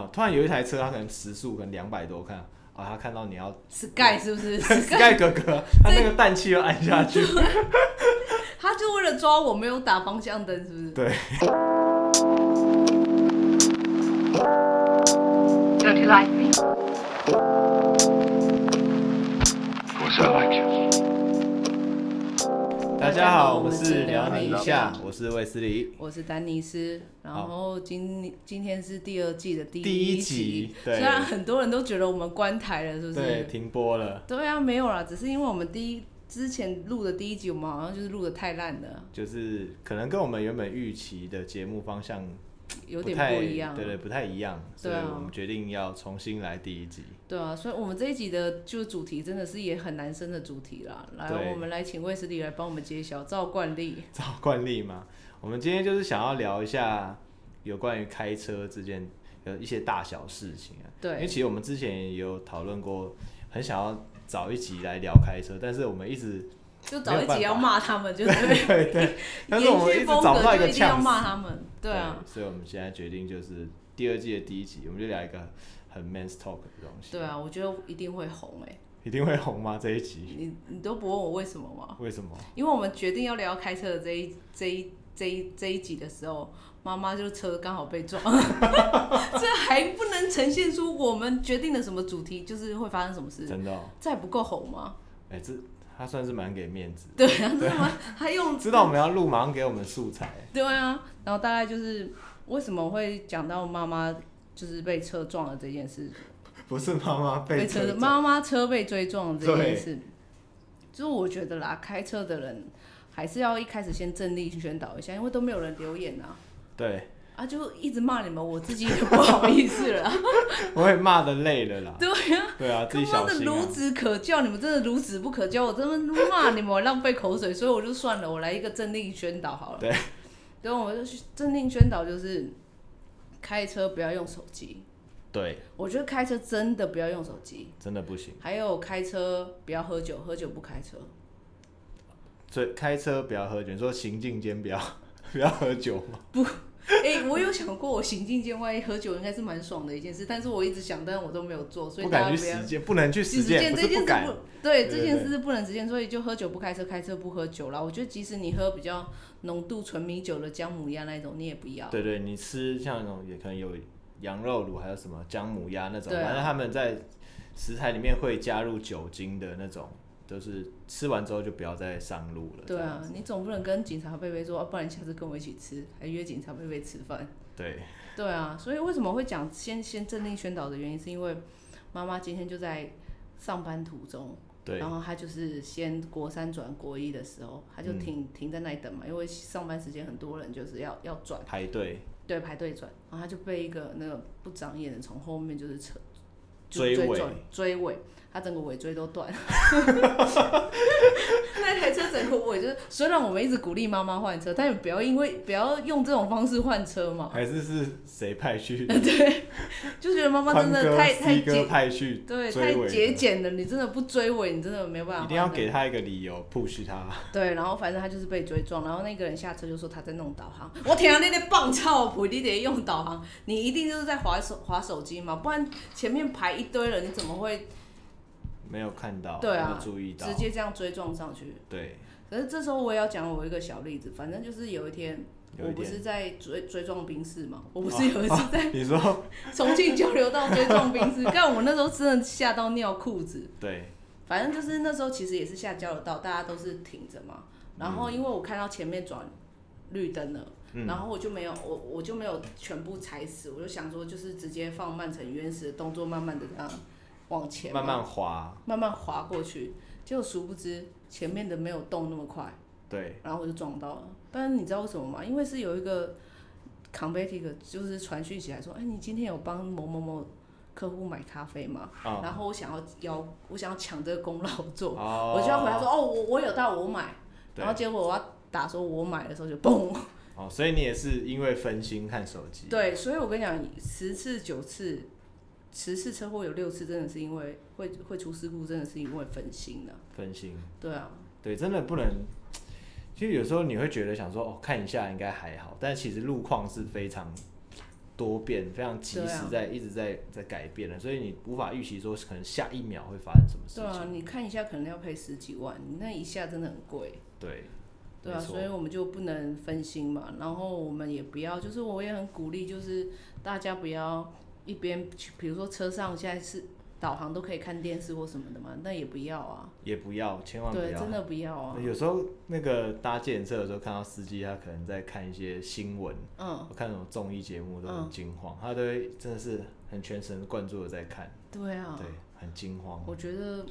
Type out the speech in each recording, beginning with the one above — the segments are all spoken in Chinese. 哦突然有一台车，它可能时速可能两百多，看啊，它看到你要 Sky 是不 是 Sky 哥哥，它那个氮气要按下去。他就为了抓我没有打方向灯，是不是？对， Don't you like me? Of course I like you. 大家好，我们是聊你一下，我是卫斯理。我是丹尼斯，然后今今天是第二季的第第一一集对虽然很多人都觉得我们关台了，是不对，是？停播了，对啊，没有啦，只是因为我们第一之前录的第一集，我们好像就是录的太烂了，就是可能跟我们原本预期的节目方向有不点太不一样。对对，不太一样，所以对啊我们决定要重新来第一集。对啊，所以我们这一集的就主题真的是也很男生的主题啦。对来，我们来请卫斯理来帮我们揭晓，照惯例。 照惯例嘛，我们今天就是想要聊一下有关于开车之间有一些大小事情啊。对因为其实我们之前也有讨论过，很想要找一集来聊开车，但是我们一 直就没找有一办集要法骂他们，就是对对，但是我延们一续直风找不到格一就个一定要呛骂死。他们。对啊，所以我们现在决定就是第二季的第一集，我们就聊一个很 man's talk 的东西。对啊，我觉得一定会红哎、一定会红吗？这一集你你都不问我为什么吗？为什么？因为我们决定要聊开车的这一这一这一这一集的时候，妈妈就车刚好被撞， 这还不能呈现出我们决定的什么主题，就是会发生什么事，真的、哦，这还不够红吗？哎、这他算是蛮给面子的，对啊，那么还用知道我们要录，马上给我们素材。对啊，然后大概就是为什么会讲到妈妈就是被车撞了这件事，不是妈妈被车车的撞，妈妈车被追撞这件事，就是我觉得啦，开车的人还是要一开始先正力宣导一下，因为都没有人留言啊，对， 啊就一直骂你们，我自己也不好意思了啊。我也骂的累了啦。对啊，对啊，自他己妈小的心孺啊。子可教，你们真的孺子不可教，我真的骂你们，我浪费口水，所以我就算了，我来一个正力宣导好了。对，对，我就去正力宣导就是开车不要用手机，对，我觉得开车真的不要用手机。真的不行。还有开车不要喝酒，喝酒不开车。所以开车不要喝酒，你说行进间不要 不要喝酒嘛。 哎、我有想过，我行进间万一喝酒应该是蛮爽的一件事，但是我一直想，但我都没有做，所以不大敢家去不要实。践，不能去实实践，践不这是件不事敢，对对这件事是不能实践，所以就喝酒不开车，开车不喝酒啦。我觉得即使你喝比较浓度纯米酒的姜母鸭那一种，你也不要。对对，你吃像那种也可能有羊肉卤，还有什么姜母鸭那种，对啊反正他们在食材里面会加入酒精的那种，就是吃完之后就不要再上路了。对这样啊子，，你总不能跟警察贝贝说，啊、不然你下次跟我一起吃，还约警察贝贝吃饭。对对啊，所以为什么会讲先先镇定宣导的原因，是因为妈妈今天就在上班途中，对然后她就是先国三转国一的时候，她就嗯停、停在那里等嘛，因为上班时间很多人就是要要转，排队对，排队转，然后她就被一个那个不长眼的从后面就是扯就追尾追，追尾，她整个尾椎都 断，那台车整个尾就是，虽然我们一直鼓励妈妈换车，但也不要因为不要用这种方式换车嘛，还是是谁派 去？对，就觉得妈妈宽真的太哥、太 C 哥节，派去对，追太尾节的，俭了。你真的不追尾，你真的没办法。一定要给。他一个理由 push 他。 对，然后反正他就是被追撞，然后那个人下车就说他在弄导航。 我天啊，那那棒操谱，你得用导航，你一定就是在划手划手机嘛，不然前面排一堆人，你怎么会没有看到，对没啊有注意到直，接这样追撞上去？对，可是这时候我也要讲我一个小例子，反正就是有一天。有我一不是点。在追追撞冰室嘛，我不是有一次在 你说重庆交流道追撞冰室，但我那时候真的吓到尿裤子。对，反正就是那时候其实也是下交流道，大家都是停着嘛。然后因为我看到前面转绿灯了，嗯然后我就没有我我就没有全部踩死，我就想说就是直接放慢成原始的动作，慢慢的这样往前嘛慢慢滑，慢慢滑过去。结果殊不知前面的没有动那么快，对，然后我就撞到了。但是你知道为什么吗？因为是有一个 c o m b a t i c 就是传讯息来说，哎，你今天有帮某某某客户买咖啡吗？啊、然后我想要邀，我想要抢这个功劳做，哦，我就要回答说，哦，我我有到，我买。对然后结果我要打说我买的时候就 嘣，哦，所以你也是因为分心看手机，，对，所以我跟你讲，十次九次，十次车祸有六次真的是因为会会出事故，真的是因为分心的、分心，对啊，对，真的不能。其实有时候你会觉得想说，哦，看一下应该还好，但其实路况是非常多变、非常及对时啊在、一直在在改变的，所以你无法预期说可能下一秒会发生什么事对啊，情。你看一下可能要赔十几万，你那一下真的很贵。对，对啊，没错所以我们就不能分心嘛，然后我们也不要，就是我也很鼓励，就是大家不要一边，比如说车上现在是导航都可以看电视或什么的嘛，那也不要啊，也不要，千万不对，要真。的不要啊，有时候那个搭计程车的时候，看到司机他可能在看一些新闻，嗯，我看那种综艺节目都很嗯惊慌，他都会真的是很全神贯注的在看，对啊，对，很惊慌。我觉得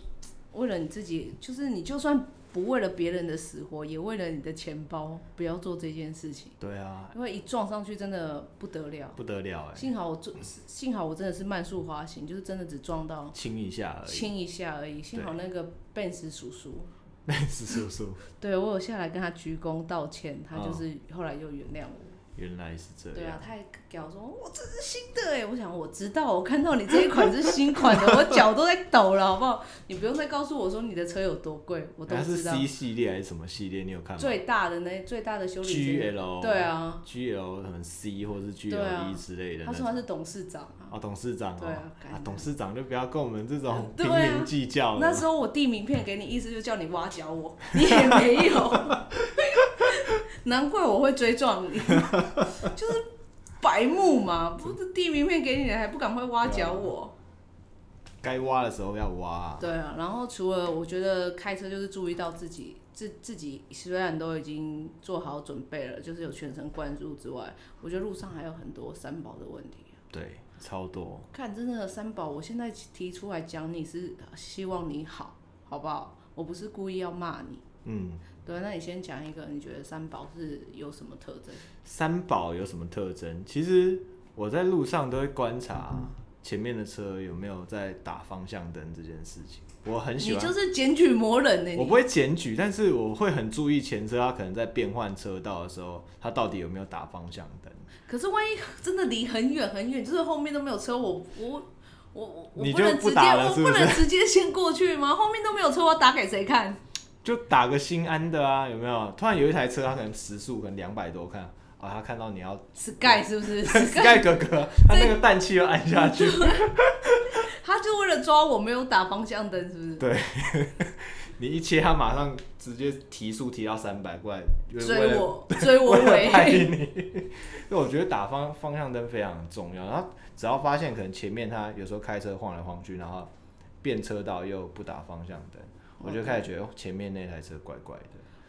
为了你自己，就是你就算不为了别人的死活，也为了你的钱包，不要做这件事情，对啊，因为一撞上去真的不得了。不得了哎、幸好我做，幸好我真的是慢速滑行，就是真的只撞到亲一下而已。嗯亲一下而已。幸好那个 Benz 叔叔，那 是叔叔，对我有下来跟他鞠躬道歉，他就是后来就原谅我。原来是这样。对啊，他还跟我说我这是新的哎，我想我知道，我看到你这一款是新款 的，我脚都在抖了，好不好？你不用再告诉我说你的车有多贵，我都它哎是知道。 C 啊系列还是什么系列？你有看吗？最大的那最大的修理机 G L 哦对啊， ，G L 可能 C 或是 G 对啊 L 一之类的那他种。说他是董事长啊。哦，董事长哦，对啊感啊觉，董事长就不要跟我们这种 对平啊民计较了。那时候我递名片给你，意思就叫你挖角我， 你也没有， 难怪我会追撞你， 就是白目嘛，不是递名片给你，你还不赶快挖角我？该挖的时候要挖啊、对啊，然后除了我觉得开车就是注意到自己，自自己虽然都已经做好准备了，就是有全神贯注之外，我觉得路上还有很多三宝的问题。对，超多。看，真的三宝，我现在提出来讲你是希望你好，好不好？我不是故意要骂你。嗯，对，啊那你先讲一个，你觉得三宝是有什么特征？三宝有什么特征？其实我在路上都会观察前面的车有没有在打方向灯这件事情，我很喜你欢。就是检举魔人呢、我你不会检举，但是我会很注意前车，他可能在变换车道的时候，他到底有没有打方向灯。可是万一真的离很远很远，就是后面都没有车，我我我我我你不就能不直接，打了我是不不是能直接先过去吗？ 后面都没有车，我要打给谁看？就打个心安的啊，有没有？突然有一台车，它可能时速可能两百多，看啊，他看到你 要 Sky 是 不是 Sky 哥哥， 他那个氮气要按下去，他就为了抓我没有打方向灯，是不是？你一切他马上直接提速提到三百过来，就是为追了我追我为了拍尾，你。 所以我觉得打方方向灯非常重要，然后只要发现可能前面他有时候开车晃来晃去，然后变车道又不打方向灯，我就开始觉得哦前面那台车怪怪的，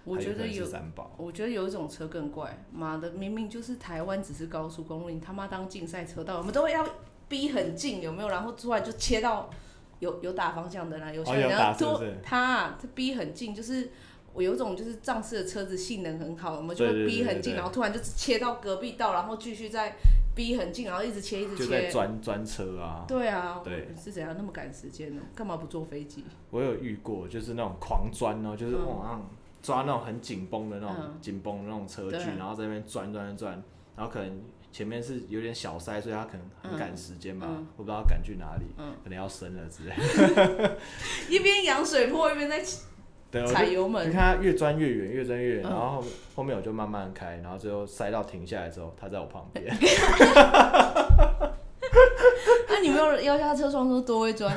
我它觉可得能是有。三宝，我觉得有一种车更怪，妈的，明明就是台湾只是高速公路，你他妈当竞赛车道，我们都会要逼很近，有没有？然后突然就切到有有打方向灯啊，有些哦有人打然后是不是他啊他逼很近，就是我有一种就是仗势的车子性能很好，我们就对会对逼对很对近，对然后突然就是切到隔壁道，然后继续再逼很近，然后一直切一直就在切。钻钻车啊。对啊，对是怎样那么赶时间呢？干嘛不坐飞机？我有遇过，就是那种狂钻哦，就是嗯往上抓那种很紧绷的那种嗯紧绷的那种车对距，然后在那边钻钻钻，然后可能前面是有点小塞，所以他可能很赶时间吧，嗯我不知道赶去哪里，嗯可能要生了之类。一边扬水泼，一边在 对，我踩就油门就。看他越钻越远，越钻越远，嗯然后后面后面我就慢慢开，然后最后塞到停下来之后，他在我旁 边，那、啊你没有要下车窗说多会钻？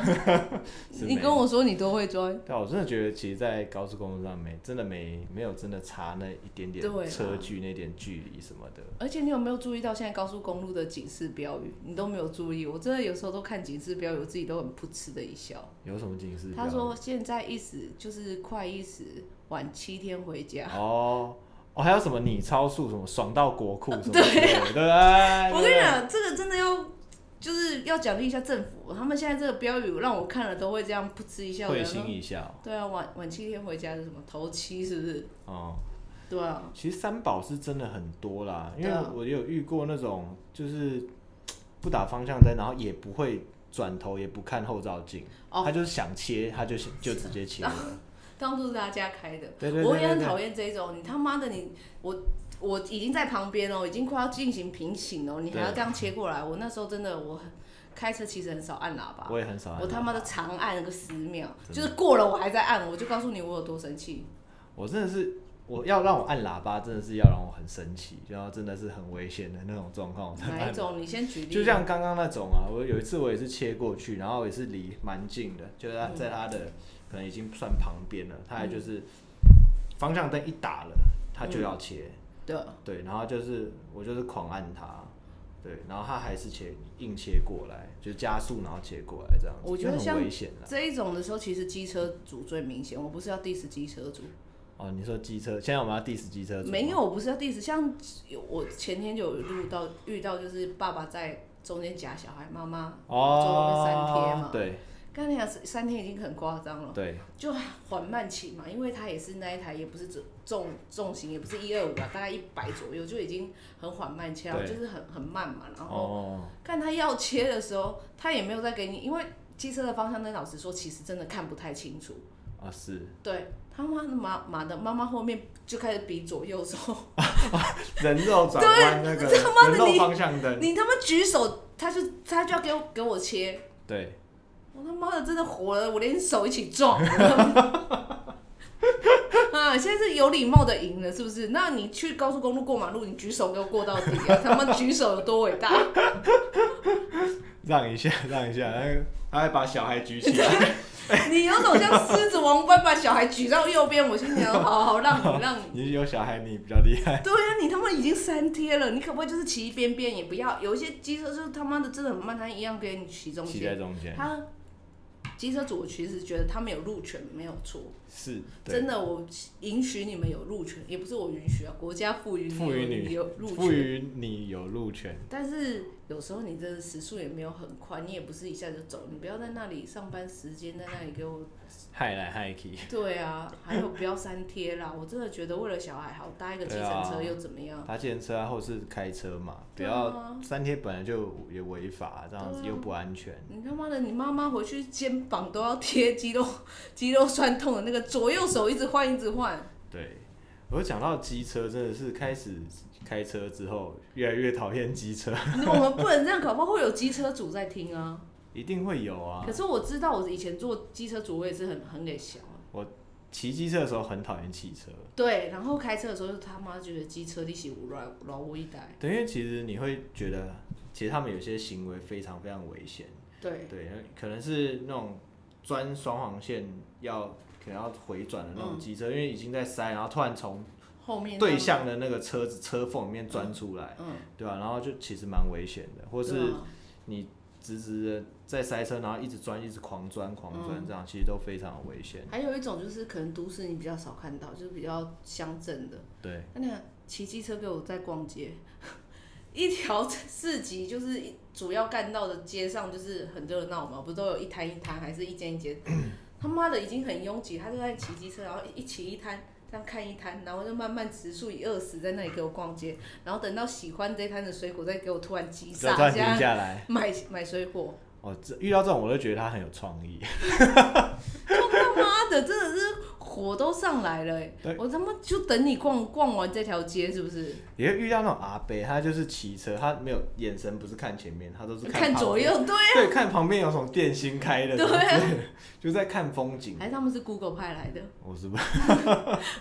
是你没跟我说你多会钻，对啊，我真的觉得，其实，在高速公路上没真的没没有真的差那一点点对啊车距、那点距离什么的。而且你有没有注意到现在高速公路的警示标语？你都没有注意，我真的有时候都看警示标语，我自己都很噗嗤的一笑。有什么警示标他语？说现在意思就是快意思，晚七天回家。哦哦，还有什么你超速什么爽到国库什么之类的，对不对？ 我跟你，讲，这个真的要就是要奖励一下政府，他们现在这个标语让我看了都会这样噗嗤一笑。会然后心一笑对啊，晚晚七天回家是什么头七是不是？哦、对啊，其实三宝是真的很多啦，因为对啊我有遇过那种就是不打方向灯，然后也不会转头，也不看后照镜，哦他就是想切，他就就直接 切了。当初是大家开的。对对对我也对很对讨厌这一种，你他妈的你我我已经在旁边哦，已经快要进行平行哦，你还要对这样切过来，我那时候真的我很开车其实很少按喇叭，我也很少按喇叭，我他妈的长按了个十秒，真的就是过了我还在按，我就告诉你我有多生气。我真的是，我我要让我按喇叭，真的是要让我很生气，然后真的是很危险的那种状况我才哪按一。种？你先举例。就像刚刚那种啊，我有一次我也是切过去，然后也是离蛮近的，就是嗯他在他的、可能已经算旁边了，他还就是方向灯一打了，他就嗯要切，对，对，然后就是我就是狂按他，对，然后他还是切硬切过来，就加速然后切过来这样子，我觉得就像很危险了。这一种的时候，其实机车主最明显。我不是要 diss 机车主，哦，你说机车，现在我们要 diss 机车族吗没有，我不是要 diss。像我前天就有录到遇到，就是爸爸在中间夹小孩，妈妈哦，中文跟三贴嘛对刚才讲三天已经很夸张了，对，就缓慢骑嘛，因为它也是那一台，也不是重重重型，也不是一二五啊，大概一百左右就已经很缓慢切了，对就是很很慢嘛。然后哦，看他要切的时候，他也没有再给你，因为机车的方向灯，老实说，其实真的看不太清楚。啊是，对他妈的妈妈的妈妈后面就开始比左右手，人肉转弯那个人肉方向灯，你他妈举手，他就他就要给我给我切，对，我他妈的真的火了，我连手一起撞。 啊，现在是有礼貌的赢了，是不是？那你去高速公路过马路，你举手给我过到底啊！他妈举手有多伟大？让一下 让一下，那个他还把小孩举起 来，你有种像狮子王般把小孩举到右边，我心想好好让你让你。你有小孩你比较厉害，对啊，你他妈已经三贴了，你可不可以就是骑边边也不要？有一些机车就是他妈的真的很慢，他一样给你骑中骑在间。中间，他机车主其实觉得他们有路权没有错，是，对真的我允许你们有路权，也不是我允许啊，国家赋予你赋予你有路赋权。予你有路权，但是有时候你这时速也没有很快，你也不是一下就走，你不要在那里上班时间在那里给我害来害去，对啊， 还有不要三贴啦！我真的觉得为了小孩好，搭一个计程对车啊又怎么样？搭建车啊或是开车嘛，不嗯对啊要三贴本来就也违法，这样子对啊又不安全，你他妈的，你妈妈回去肩膀都要贴肌肉肌肉酸痛的那个，左右手一直换一直换。对。我讲到机车，真的是开始开车之后，越来越讨厌机车， 我们不能这样，搞不好会有机车主在听啊。一定会有 啊可。是我知道，我以前做机车主，我也是很很给小。啊骑机车的时候很讨厌汽车，对，然后开车的时候就他妈觉得机车利息无赖老无一代。对，因为其实你会觉得，其实他们有些行为非常非常危险，对，对，可能是那种钻双黄线要可能要回转的那嗯种机车，因为已经在塞，然后突然从后面对象的那个车子车缝里面钻出来，哎嗯，对吧、然后就其实蛮危险的，或对是啊你直直的在塞车，然后一直钻，一直狂钻，狂嗯钻，这样、其实都非常危险。还有一种就是可能都市你比较少看到，就是比较乡镇的。对，那你看骑机车给我在逛街， 一条市集就是主要干道的街上就是很热闹嘛，不是都有一摊一摊，还是一间 一间？他妈的已经很拥挤，他就在骑机车，然后一骑一摊。这样看一摊，然后就慢慢时速以二十在那里给我逛街，然后等到喜欢这摊的水果，再给我突然急这样刹突然这停样下来，买买水果。哦，这遇到这种我就觉得他很有创意。 他妈的，真的是火都上来了、欸对！我他妈就等你逛逛完这条街，是不是？也会遇到那种阿伯，他就是骑车，他没有眼神不是看前面，他都是看旁左边，右，对啊，对，看旁边有什么店新开的，对什么啊之类的 就在看风景哎还。是他们是 Google 派来的我是不是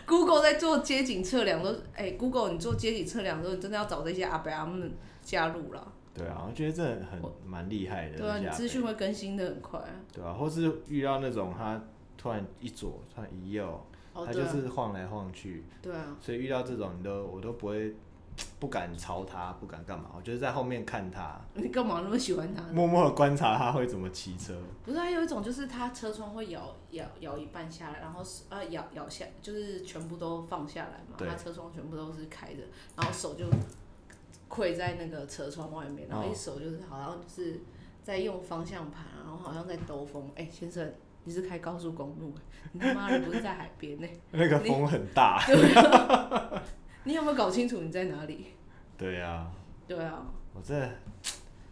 ？Google 在做街景测量都，哎、g o o g l e 你做街景测量的时候，你真的要找这些阿伯阿姆加入啦。对啊，我觉得这很蛮厉害的，对啊，那些你阿伯资讯会更新的很快啊。对啊，或是遇到那种他突然一左，突然一右，哦，他对就啊，是晃来晃去，对啊，所以遇到这种你都我都不会不敢朝他，不敢干嘛，我就是在后面看他，你干嘛那么喜欢他？默默的观察他会怎么骑车。 不是，还有一种就是他车窗会摇摇摇一半下来，然后是呃摇摇下，就是全部都放下来嘛。对他车窗全部都是开着，然后手就跪在那个车窗外面，然后哦一手就是好像就是在用方向盘，然后好像在兜风。哎、先生，你是开高速公路、你他妈的不是在海边呢、那个风很大，你有没有搞清楚你在哪 里？对啊，对啊，我这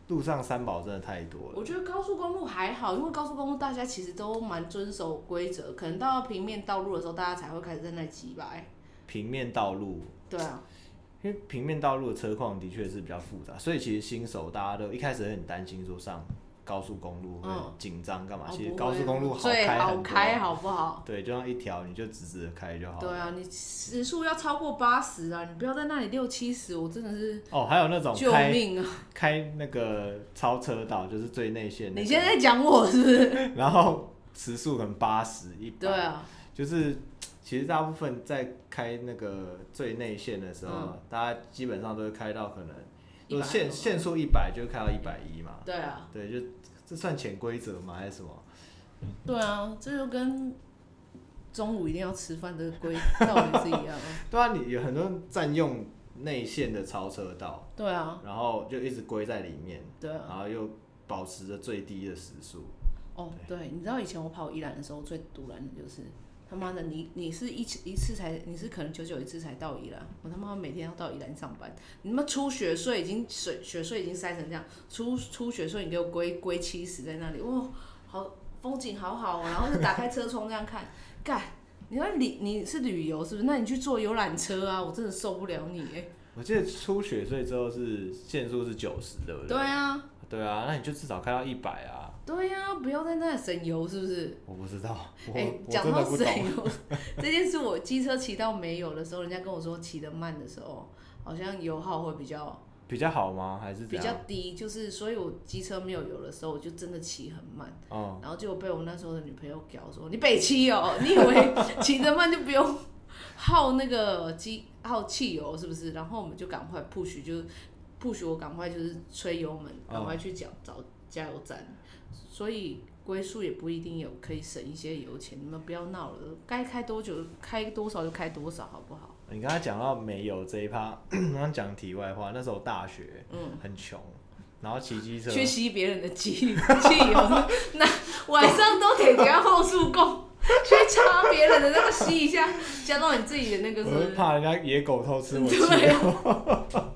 路上三宝真的太多了。我觉得高速公路还好，因为高速公路大家其实都蛮遵守规则，可能到平面道路的时候，大家才会开始在那里挤吧、哎平面道路，对啊。因为平面道路的车况的确是比较复杂，所以其实新手大家都一开始会很担心，说上高速公路会嗯紧张干嘛？哦其实不高速会公路好最开好很开，多。好不好？对，就像一条你就直直的开就好。对。啊，你时速要超过八十啊，你不要在那里六七十，我真的是哦，还有那种救开命啊！开那个超车道，就是最内线、那你个现在在讲我是不是？然后时速可能八十一对百，啊，就是其实大部分在开那个最内线的时候，嗯大家基本上都会开到可能， 100如果限多限速一百就开到一百一嘛，对啊，对，就这算潜规则吗？还是什么？嗯对啊，这就跟中午一定要吃饭的规道理是一样的。对啊，你有很多人占用内线的超车道，对啊，然后就一直归在里面，对啊，然后又保持着最低的时速，哦，对，你知道以前我跑宜兰的时候最堵然的就是。他妈的，你你是一次一次才，你是可能久久一次才到宜兰，我他妈每天要到宜兰上班，你他妈出血税已经水血税已经塞成这样，出出血税你给我归归七十在那里，哇，好风景好好哦，然后就打开车窗这样看，干，你说旅你是旅游是不是？那你去坐游览车啊，我真的受不了你哎、我记得出血税之后是限速是九十，对不对啊，对啊，那你就至少开到一百啊！对呀、不要在那里省油，是不是？我不知道，我、哎，我讲真的到不省懂。油 这件事，我机车骑到没有的时候，人家跟我说骑得慢的时候，好像油耗会比较比较好吗？还是怎比较样？低，就是所以我机车没有油的时候，我就真的骑很慢，嗯，然后结果被我那时候的女朋友屌说：“你 北七哦，你以为骑得慢就不用耗那个机耗汽油是不是？”然后我们就赶快 push 就是 push 我赶快就是吹油门，哦赶快去找找加油站，所以。龟速也不一定有可以省一些油钱，你们不要闹了，该开多久开多少就开多少，好不好？你刚才讲到没有这一趴， 刚刚讲题外话，那时候大学，嗯，很穷，然后骑机车，去吸别人的机汽油， 那晚上都得给他后速供， 去插别人的那个吸一下，加到你自己的那个我是不会是？怕人家野狗偷吃我汽对油，啊，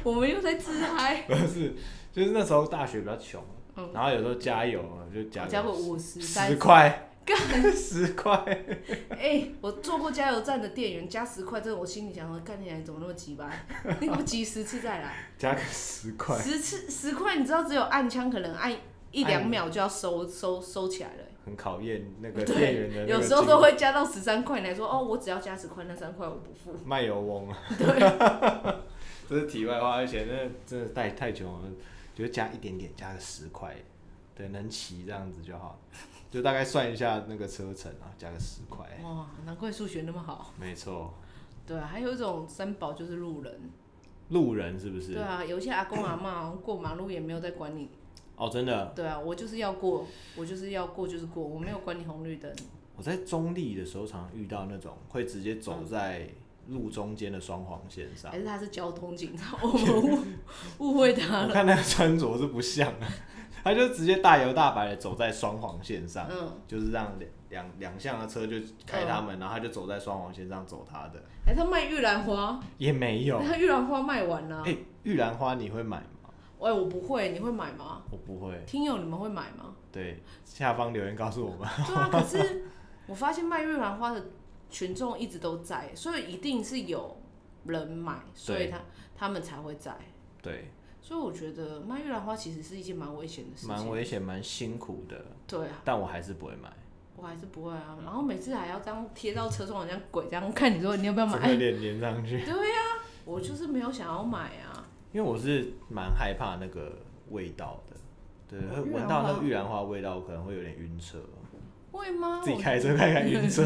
我们又在自嗨， 不是，就是那时候大学比较穷，嗯然后有时候加油就加加过个五十三十，块， 干十块，哎、我做过加油站的店员，加十块，这个我心里想说，干你来怎么那么鸡巴？ 你不急十次再来，加个十块，十次十块，你知道只有按枪可能按一两按秒就要收收收起来了、很考验那个店员的那对，个有时候精都会加到十三块，你还说哦，我只要加十块，那三块我不 付。卖油翁啊。 对，这是题外话，而且那真的太太穷了，就是加一点点，加个十块，对，能骑这样子就好，就大概算一下那个车程啊，加个十块，哇，难怪数学那么好。没错。对啊，还有一种三宝就是路人。路人是不是？对啊，有一些阿公阿妈好像过马路也没有在管你。哦，真的，对啊，我就是要过，我就是要过就是过，我没有管你红绿灯。我在中立的时候常遇到那种会直接嗯走在路中间的双黄线上还。是他是交通警察，我 们误误会 他我了。看那个穿着是不像啊，他就直接大摇大摆的走在双黄线上，嗯，就是让两两两项的车就开他们，然后他就走在双黄线上走他的，哎，他卖玉兰花，也没有。他玉兰花卖完了。哎、玉兰花你会买吗？喂，我不会，你会买吗？我不会。听友你们会买吗？对，下方留言告诉我们。 对啊，可是我发现卖玉兰花的群众一直都在，所以一定是有人买，所以他他们才会在。对，所以我觉得卖玉兰花其实是一件蛮危险的事蛮情。危险，蛮辛苦的，对啊，但我还是不会买。我还是不会啊。然后每次还要这样贴到车窗，好像鬼这样看你说你要不要只会买？脸连上去，我就是没有想要买啊。因为我是蛮害怕那个味道的。对，哦会玉兰闻到那花个玉兰花味道，我可能会有点晕车。哦会吗？自己我开车看看晕车。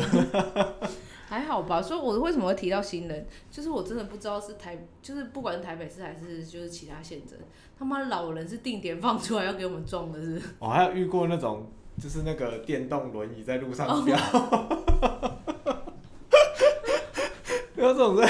嗯还好吧，所以我为什么会提到新人，就是我真的不知道是台，就是不管是台北市还是就是其他县镇，他妈老人是定点放出来要给我们撞的是不是， 我、还有遇过那种，就是那个电动轮椅在路上飙。哦 然后这种在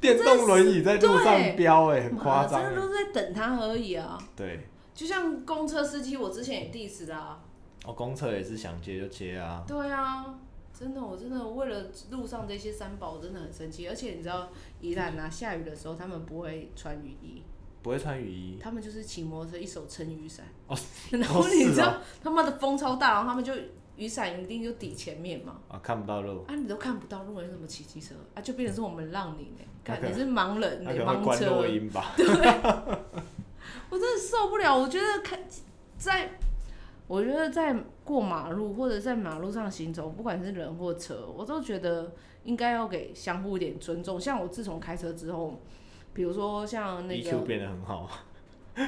电动轮椅在路上飙、哎，很夸张、妈哦真的哎都是在等他而已啊。对，就像公车司机，我之前也 diss 啦、我哦公车也是想接就接啊。对啊，真的，我真的为了路上这些三宝，我真的很生气。而且你知道，宜兰啊，下雨的时候他们不会穿雨衣，不会穿雨衣，他们就是骑摩托车，一手撑雨伞。哦， 然后你知是道、啊他妈的风超大，然后他们就雨伞一定就抵前面嘛。啊，看不到路，啊，你都看不到路人怎么骑机车啊，就变成是我们让你呢。那看可呃你是盲人，那你可能会盲关车录，音吧。我真的受不了。我觉得开在，我觉得在过马路或者在马路上行走，不管是人或车，我都觉得应该要给相互一点尊重。像我自从开车之后，比如说像那 EQ 个 E 变得很好，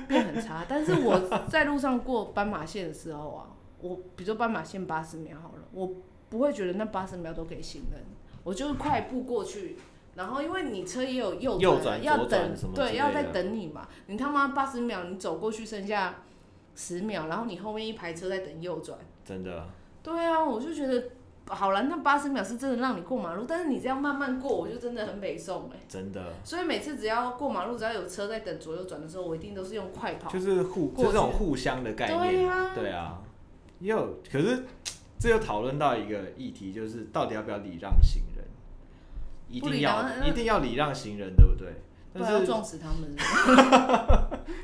变很差，但是我在路上过斑马线的时候啊，我比如说斑马线八十秒好了，我不会觉得那八十秒都给行人，我就是快步过去。然后因为你车也有右右转转啊，要左转什等，么之对，类要的再等你嘛。你他妈八十秒，你走过去剩下十秒，然后你后面一排车在等右转。真的。对啊，我就觉得好了，那八十秒是真的让你过马路，但是你这样慢慢过，我就真的很北宋哎、真的所以每次只要过马路，只要有车在等左右转的时候，我一定都是用快跑。就是互，过就去这种互相的概念，对啊对啊，也有，可是这又讨论到一个议题，就是到底要不要礼让行人？一不定礼要让，那嗯啊一定要礼让行人，对不对？不然但要是撞死他们是不是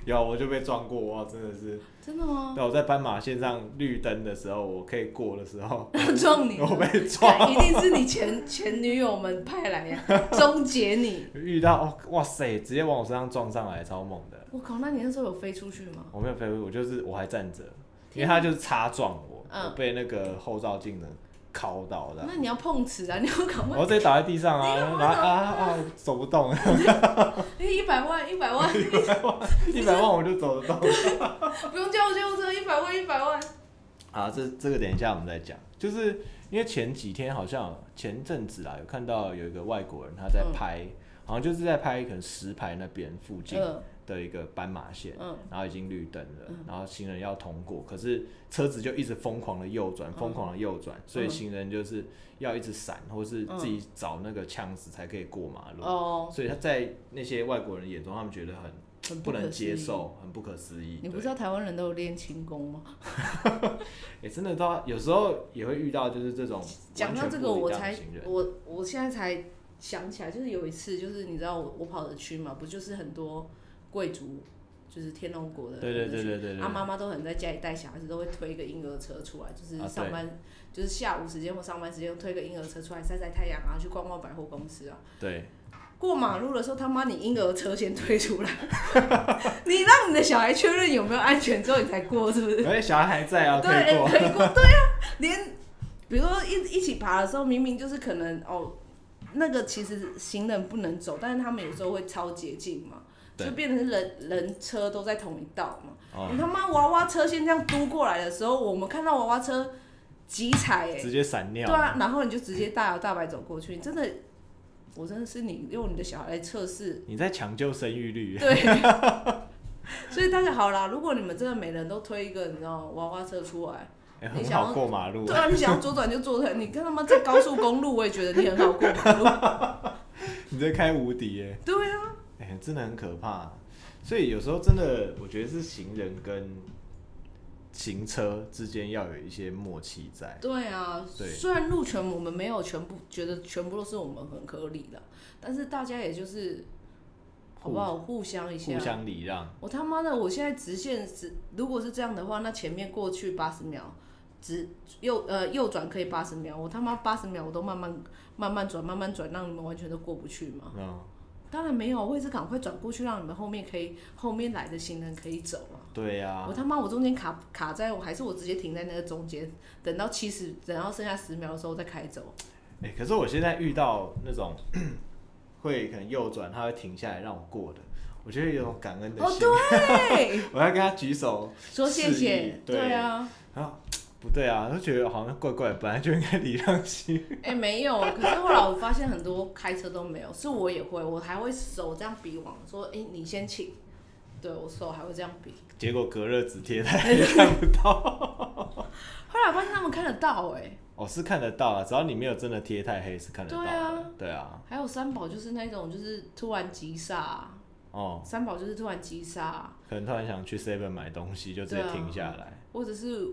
有我就被撞过，哇，真的是！真的吗？对，我在斑马线上绿灯的时候，我可以过的时候， 撞 你！我被撞，一定是你前前女友们派来呀、 终结你！遇到哦，哇塞，直接往我身上撞上来，超猛的！我靠，那你那时候有飞出去吗？我没有飞，我就是我还站着，因天为他就是擦撞我，嗯我被那个后照镜的敲到的。那你要碰瓷啊！你要赶快我直接倒在地上啊，你然后干嘛啊啊走不 动，哎一百万，一 百万，一百万我就走得动。 不用叫救护车，一百万，一百万。啊，这这个等一下我们再讲，就是因为前几天好像前阵子啦，有看到有一个外国人他在嗯拍，好像就是在拍可能石牌那边附近嗯的一个斑马线，嗯然后已经绿灯了，然后行人要通过，可是车子就一直疯狂的右转，疯狂的右转，所以嗯行人就是要一直闪，或是自己找那个枪子才可以过马路。哦，所以他在那些外国人眼中，他们觉得很很不可能思议接。受，很不可思议。你不对知道台湾人都有练轻功吗？也、真的到有时候也会遇到，就是这种讲到完这全不个，一我样的才行人我我现在才想起来，就是有一次，就是你知道我我跑的区嘛，不就是很多贵族，就是天龙国的对对对对对对啊，妈妈都很在家里带小孩子，都会推一个婴儿车出来，就是啊对上班，就是下午时间或上班时间推个婴儿车出来晒晒太阳啊，去逛逛百货公司啊。对，过马路的时候，他妈你婴儿车先推出来， 你让你的小孩确认有没有安全之后，你才过，是不是？而且小孩还在啊，可以 对，过，可以过，对啊，连比如说一一起爬的时候，明明就是可能哦，那个其实行人不能走，但是他们有时候会超捷径嘛，对就变成是人人车都在同一道嘛。哦你，他妈娃娃车先这样嘟过来的时候，我们看到娃娃车急踩哎、直接闪尿，对啊，然后你就直接大摇大摆走过去，你真的，我真的是你用你的小孩来测试，你在抢救生育率，对。所以大家好啦，如果你们真的每人都推一个，你知道娃娃车出来， 哎、你很想好要过马路对，啊，你想要左转就左转，你看他妈在高速公路，我也觉得你很好过马路。 你在开无敌耶、对啊，哎、真的很可怕。所以有时候真的，我觉得是行人跟行车之间要有一些默契在。对啊，对虽然路权我们没有全部觉得全部都是我们很合理的，但是大家也就是好不好互相一下，互相礼让，我他妈的，我现在直线是，如果是这样的话，那前面过去八十秒，直右呃右转可以八十秒，我他妈八十秒我都慢慢慢慢转慢慢转，让你们完全都过不去嘛？嗯，当然没有，我也是赶快转过去，让你们后面可以后面来的行人可以走啊。对呀、我他妈，我中间卡卡在，我还是我直接停在那个中间，等到七十，等到剩下十秒的时候再开走。哎、可是我现在遇到那种 会可能右转，他会停下来让我过的，我觉得有种感恩的哦，心，对，我要跟他举手说谢示意谢，对对啊。 啊。不对啊，就觉得好像怪怪，本来就应该礼让 行。哎、没有，可是后来我发现很多开车都没有，是我也会，我还会手这样比往，说，哎、你先请，对我手还会这样比。结果隔热纸贴他也看不到。 后来发现他们看得到、哎，哦，是看得到啊，只要你没有真的贴太黑，是看得到对啊的。对啊，还有三宝就是那种就是突然急刹啊，哦，三宝就是突然急刹啊，可能突然想去 Seven 买东西，就直接对啊停下来，或者是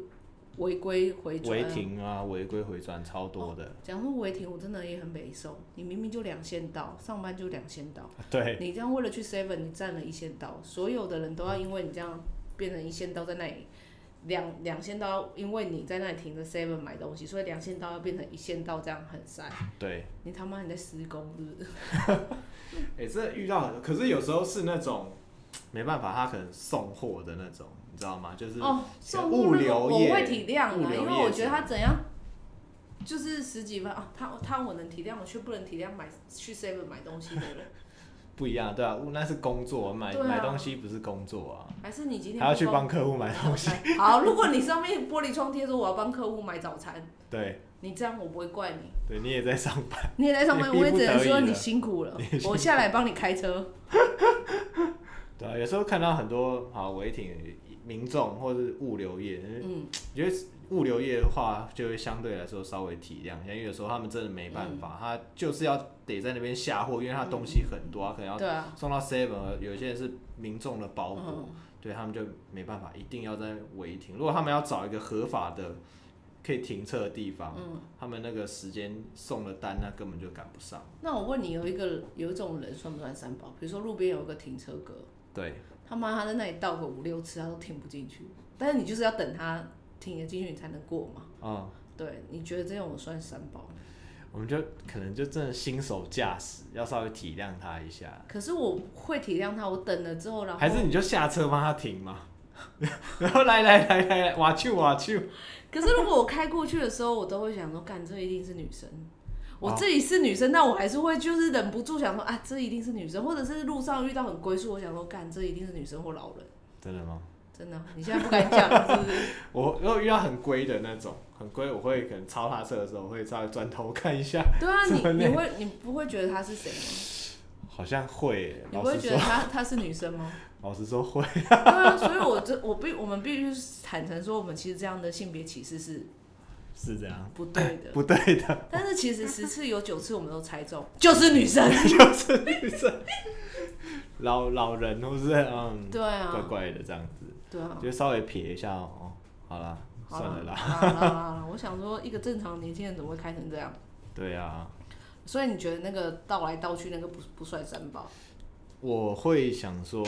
违规回呃转。哦违。停啊，违规回转超多的。讲说违停，我真的也很北受。你明明就两线道，上班就两线道，对，你这样为了去 Seven，你占了一线道，所有的人都要因为你这样变成一线道，在那里两两线道，因为你在那里停着 Seven 买东西，所以两线道要变成一线道，这样很塞。对，你他妈你在施工是不是？哎、欸，这遇到很多，可是有时候是那种没办法，他可能送货的那种，你知道吗？就是哦，送货物那个流我业会体谅物的，流因为业啊我觉得者他怎样，就是十几万啊，他他我能体谅，我却不能体谅买去 Seven 买东西的人。不一样，对啊，物那是工作，买、对啊买东西不是工作啊，还是你今天还要不去够帮客户买东 西，好，如果你上面玻璃窗贴说我要帮客户买早餐，对你这样我不会怪 你。对，你也在上班，你也在上班，也逼我也不只能得已说你了辛苦了你也辛。苦我下来帮你 开车。对啊，有时候看到很多啊违停民众或是物流业，嗯，我觉得物流业的话，就会相对来说稍微体谅一下，因为有时候他们真的没嗯办法，他就是要得在那边下货，因为他东西很多，他可能要对啊，送到 Seven，有些人是民众的保姆，嗯对他们就没办法，一定要在违停。如果他们要找一个合法的可以停车的地方，嗯。他们那个时间送的单，那根本就赶不上。那我问你，有一个有一种人算不算三宝？比如说路边有一个停车格，对，他妈他在那里倒个五六次，他都停不进去。但是你就是要等他停得进去，你才能过嘛。嗯，对，你觉得这种算三宝吗？我们就可能就真的新手驾驶，要稍微体谅他一下。可是我会体谅他，我等了之后，然后还是你就下车帮他停嘛，然后来来来来来，哇去哇去，可是如果我开过去的时候，我都会想说，干，这一定是女生。我哦自己是女生，但我还是会就是忍不住想说啊，这一定是女生，或者是路上遇到很龟速，我想说干，这一定是女生或老人，真的吗？真的，你现在不敢讲是 不是？我如果遇到很龟的那种，很龟，我会可能超他车的时候，我会稍微转头看一下，对啊，这么你累你会你不会觉得她是谁吗？好像会耶，你不老会实觉得说，她她是女生吗？老实说会，对啊，所以我这我必我们必须坦诚说，我们其实这样的性别歧视是是这样，不对的。哎不对的，但是其实十次有九次我们都猜中，就是女生。就是女生，老老人或是嗯，对怪啊，怪的这样子，对啊。就稍微撇一下哦，好啦，好算啦了啦，好啦好啦好啦，我想说，一个正常的年轻人怎么会开成这样？对啊，所以你觉得那个倒来倒去那个不不算三宝？我会想说，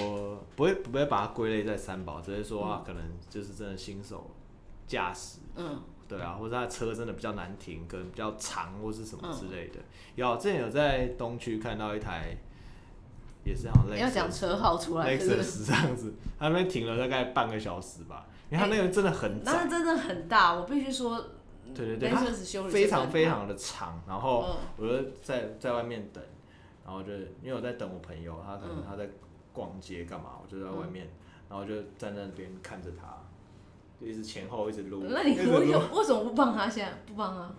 不会不会把它归类在三宝，只是说啊，可能就是真的新手驾驶，嗯，对啊，或者他车真的比较难停，可能比较长或是什么嗯之类的。有啊之前有在东区看到一台，也是好像你要讲 Lexus 车号出来，对不对？ Lexus 这样子，他那边停了大概半个小时吧，因为他那个真的很窄，哎那真的很大，我必须说，对对对， l 它 e 修理非常非常的哦长，然后嗯我就在在外面等，然后就是因为我在等我朋友，他可嗯能他在逛街干嘛，我就在外面，然后就站在那边看着他，就一直前后一直撸，那你一直我撸有为什么不帮他？现在不帮他？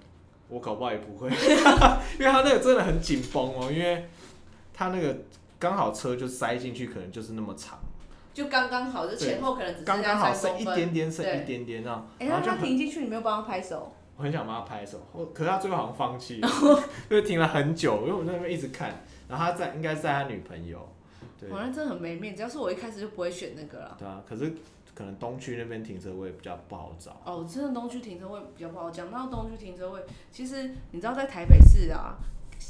我搞不好也不会， 因为他那个真的很紧绷哦，因为他那个刚好车就塞进去，可能就是那么长，就刚刚好，就前后可能只刚剩刚下好剩三公一分。点点，剩对一点点那样，哎、然那后就他很停进去，你没有帮他拍手，我很想帮他拍 手，我可是他最后好像放弃了，就停了很久，因为我在那边一直看，然后他在应该是在他女朋友，对我那真的很没面子。要是我一开始就不会选那个了。对啊，可是可能东区那边停车位比较不好找，哦，真的东区停车位比较不好。讲到东区停车位，其实你知道在台北市啊，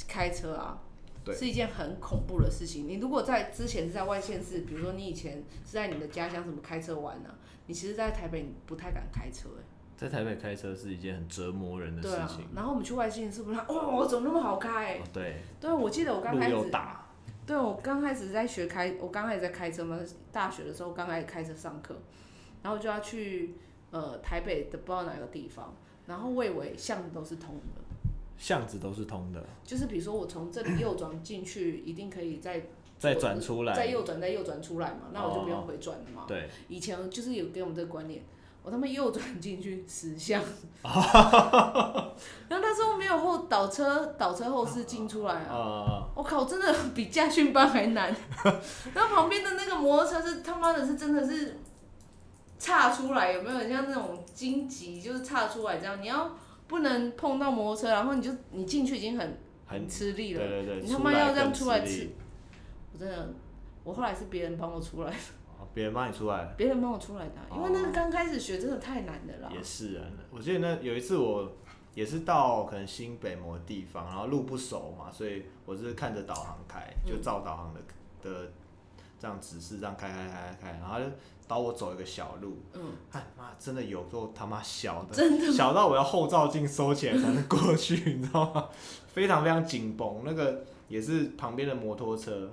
开车啊，对是一件很恐怖的事情。你如果在之前是在外县市，比如说你以前是在你的家乡什么开车玩呢、你其实，在台北你不太敢开车、欸，在台北开车是一件很折磨人的对事啊情，。然后我们去外县市，不然哇，我怎么那么好开、哦对，对，啊我记得我刚路开又始，大，对我刚开始在学开，我刚开始在开车嘛，大学的时候刚开始开车上课，然后就要去呃台北的不知道哪个地方，然后我以为巷子都是通的。巷子都是通的，就是比如说我从这里右转进去，一定可以再再转出再来，右转再右转出来嘛，那我就不用哦回转了嘛。对。以前就是有给我们这个观念，我他妈右转进去 死巷，然后那时候没有后倒车倒车后视镜出来啊。呃，我靠，真的比驾训班还 难。然后旁边的那个摩托车是他妈的是真的是岔出来，有没有很像那种荆棘，就是岔出来这样，你要不能碰到摩托车，然后你就你进去已经很很，吃力对了。对对，你他妈要这样出来更吃吃力，我真的，我后来是别人帮我出来，哦别人帮你出来，别人帮我出来的啊，因为哦那个刚开始学真的太难的啦。也是啊，我记得那有一次我也是到可能新北某个地方，然后路不熟嘛，所以我是看着导航开，就照导航的的这样指示这样开开开开开，然后他就导我走一个小路，嗯，看妈真的有够他妈小的，真的小到我要后照镜收起来才能过去，你知道吗？非常非常紧绷，那个也是旁边的摩托车。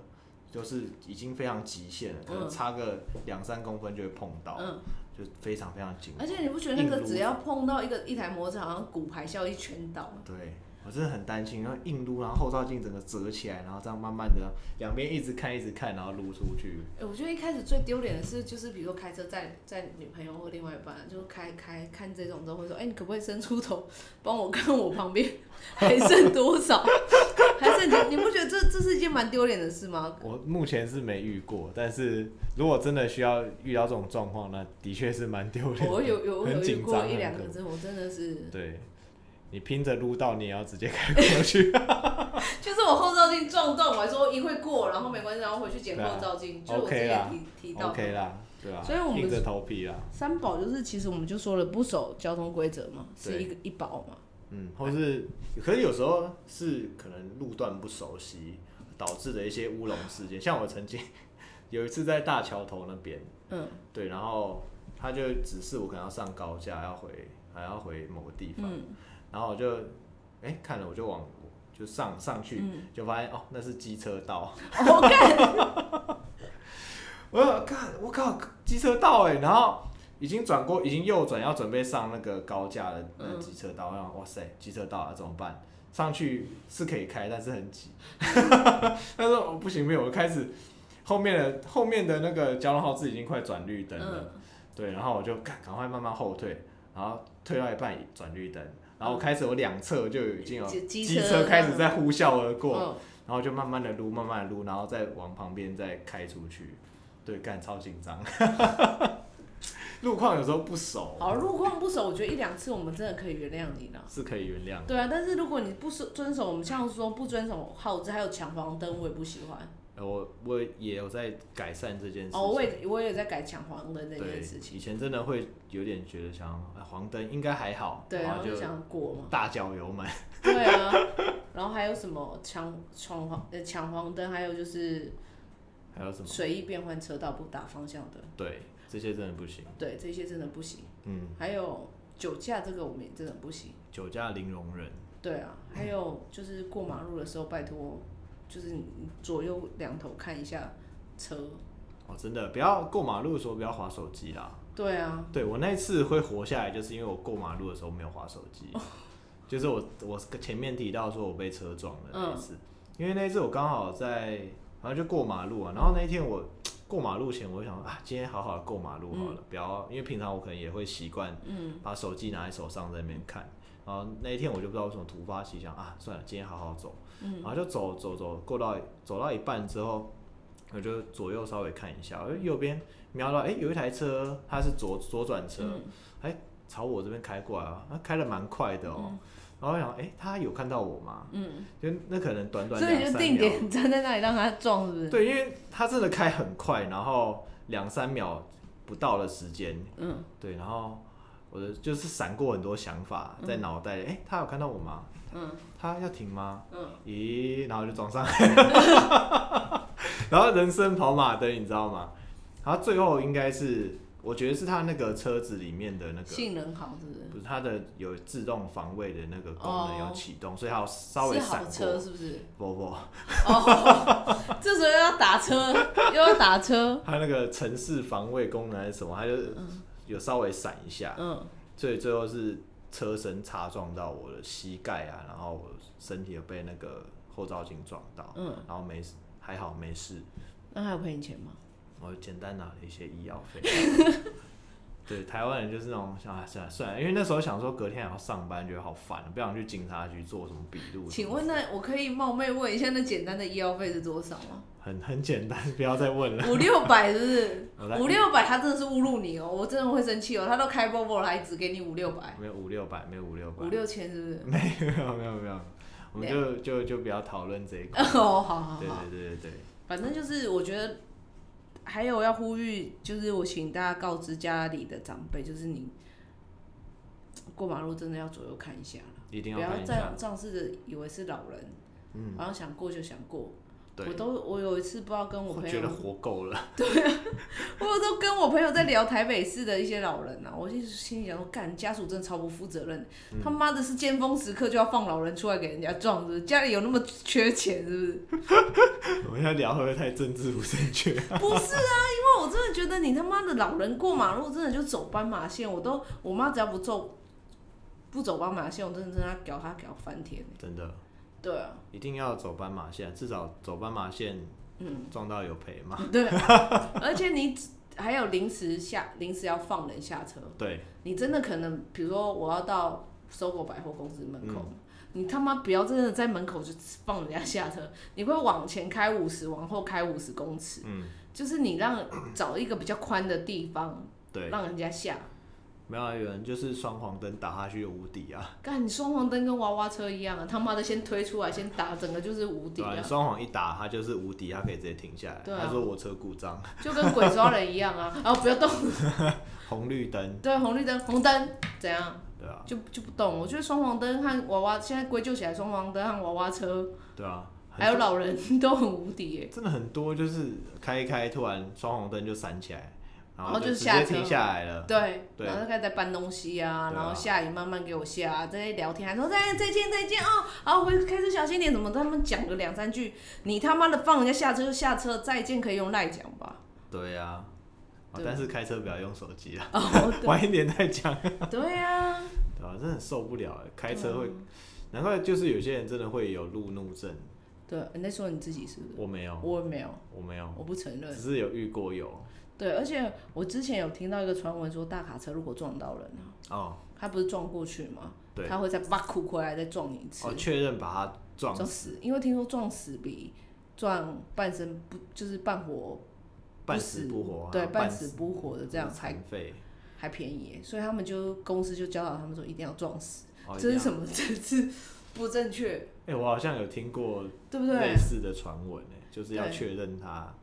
就是已经非常极限了，可能嗯差个两三公分就会碰到，嗯，就非常非常紧。而且你不觉得那硬个撸只要碰到一个一台摩托车，好像骨牌效应全倒吗？对我真的很担心，然后硬撸，然后后照镜整个折起来，然后这样慢慢的两边一直看一直看，然后撸出去。哎、我觉得一开始最丢脸的是，就是比如说开车载载女朋友或另外一半，就开开看这种都会说，哎、你可不可以伸出头帮我看我旁边还剩多少， 还剩几？你不觉得这这是一件蛮丢脸的事吗？我目前是没遇过，但是如果真的需要遇到这种状况，那的确是蛮丢脸的。我有有我有很遇紧张啊过很一两个可之后，我真的是，对，你拼着撸到，你也要直接开过 去。就是我后照镜撞到，我还说一会过，然后没关系，然后回去捡对啊后照镜，就是我之 OK 啦前提提到的 OK 啦，对吧、所以我们硬着头皮啦，三宝就是，其实我们就说了，不守交通规则嘛，是对一个一宝嘛。嗯，或是可是有时候是可能路段不熟悉导致的一些乌龙事件，像我曾经有一次在大桥头那边，嗯对，然后他就指示我可能要上高架，要回还要回某个地方，嗯然后我就哎、看了我就往就上上去，嗯，就发现哦那是机车道，我看，我要看我靠机车道哎、然后。已经转过，已经右转要准备上那个高架的那嗯机车道，然后哇塞，机车道啊怎么办？上去是可以开，但是很挤。 但是我不行，没有，我开始后面的后面的那个交通号志已经快转绿灯了，嗯，对，然后我就赶赶快慢慢后退，然后退到一半转绿灯，然后我开始我两侧就已经有机机机车车开始在呼啸而过，嗯然后就慢慢的撸，慢慢的撸，然后再往旁边再开出去，对，干超紧张， 路况有时候不熟好，路况不守，我觉得一两次我们真的可以原谅你了。是可以原谅的，对啊，但是如果你不守遵守，我们像说不遵守号志，还有抢黄灯，我也不喜欢。呃我我也有在改善这件事情。哦，我也我也在改抢黄灯那对件事，情以。前真的会有点觉得想，哎黄灯应该还好，对，然然后后就就想过嘛。大脚油门，对啊，然后还有什么抢闯黄呃抢黄灯，还有就是还有什么？随意变换车道不打方向灯，对，这些真的不行。对，这些真的不行。嗯，还有酒驾这个我们也真的不行。酒驾零容忍。对啊，还有就是过马路的时候，拜托，就是你左右两头看一下车。哦，真的，不要过马路的时候不要划手机啦。对啊，对我那一次会活下来，就是因为我过马路的时候没有划手机， 就是我我前面提到说我被车撞的那一次，因为那一次我刚好在，反正就过马路啊，然后那一天我过马路前，我就想说啊，今天好好的过马路好了，不要，因为平常我可能也会习惯嗯，把手机拿在手上在那边看，然后那一天我就不知道为什么突发奇想啊，算了，今天好好走，嗯然后就走走走，过到走到一半之后，我就左右稍微看一下，我就右边瞄到哎、有一台车，它是左左转车，嗯朝我这边开过来啊，它开的蛮快的哦，然后我想哎、他有看到我吗？嗯，就那可能短短所以你两就三定秒，点站在那里让他撞，是不是？对，因为他真的开很快，然后两三秒不到的时间，嗯，对，然后我的就是闪过很多想法在脑袋里，哎、他有看到我吗？嗯，他要停吗？嗯，咦，然后就撞上 来，然后人生跑马灯，你知道吗？然后最后应该是，我觉得是他那个车子里面的那个，性能好，是不是？不是他的有自动防卫的那个功能哦有启动，所以他有稍微是闪好车过。是不是？ 不不，哦，这时候又要打车，又要打车，他那个城市防卫功能还是什么，他就有稍微闪一下，嗯，所以最后是车身擦撞到我的膝盖啊，然后我身体有被那个后照镜撞到，嗯，然后没事，还好没事，那还有赔你钱吗？我简单拿了一些医药 费。对，台湾人就是那种想啊，算了算了，因为那时候想说隔天还要上班，觉得好烦，不想去警察局做什么笔录。请问那我可以冒昧问一下，那简单的医药费是多少吗？很很简单，不要再问了。五六百是不是？我来五六百，他真的是侮辱你哦、我真的会生气哦、他都开 Bobo 了，还只给你五六百，没有五六百，没有五六百，哎五六千是不是？没有没有没有没有，我们就就就不要讨论这一块哦，。好好好对，对对对对，反正就是我觉得，还有要呼吁，就是我请大家告知家里的长辈，就是你过马路真的要左右看一下啦一定不要要看一再下。仗势的以为是老人，嗯，然后想过就想过，我对，都我有一次不知道跟我我朋觉友得，活够了， 我都跟我朋友在聊台北市的一些老人啊，我就心里想说，干家属真的超不负责任，嗯他妈的是尖峰时刻就要放老人出来给人家撞，是不是？家里有那么缺钱是不是？ 我们现在聊会不会太政治不正确？ 不是啊，因为我真的觉得你他妈的老人过马路真的就走斑马线，我都我妈只要不走不走斑马线，我真的真的要屌她屌翻天。 真的，对啊，一定要走斑马线，至少走斑马线嗯，撞到有赔嘛。对，啊而且你只还有临时下临时要放人下车，对，你真的可能比如说我要到搜狗百货公司门口。你他妈不要真的在门口就放人家下车，你会往前开五十，往后开五十公尺，嗯，就是你让找一个比较宽的地方对，让人家下。没有啊有人就是双黄灯打下去就无敌啊，干，你双黄灯跟娃娃车一样啊！他妈的，先推出来，先打，整个就是无敌对吧、你啊，双黄一打他就是无敌，他可以直接停下来。对啊他说我车故障，就跟鬼抓人一 样啊！然后不要动，红绿灯，对，红绿灯，红灯怎样对啊，就就不动。我觉得双黄灯和娃娃，现在归咎起来，双黄灯和娃娃车对啊，很还有老人都很无敌耶、真的很多就是开一开，突然双红灯就闪起来，然然后后就直下接车停哦下来了。对，对然后就开始在搬东西啊，对啊然后下雨慢慢给我下、啊，在那聊天，还说再再见再见哦，好，回开车小心点，怎么他们讲个两三句，你他妈的放人家下车就下车，再见可以用赖讲吧？对啊，哦对但是开车不要用手机啊，哦， 晚一点再讲。对对啊，对啊，真的很受不了欸，开车会对啊，难怪就是有些人真的会有路怒症，对，你在说你自己是不是？我没有，我没有，我没有，我不承认只。是有遇过有对，而且我之前有听到一个传闻说，大卡车如果撞到人啊，哦，他不是撞过去吗？对，他会再把苦回来再撞你一次，哦，确认把他撞撞死。因为听说撞死比撞半身不就是半活半死嗯不活啊，对半半死不活的这样还残废，还便宜耶，所以他们就公司就教导他们说一定要撞死，哦这是一样什么？这是不正确，哎，我好像有听过对不对类？似的传闻哎，就是要对确认他，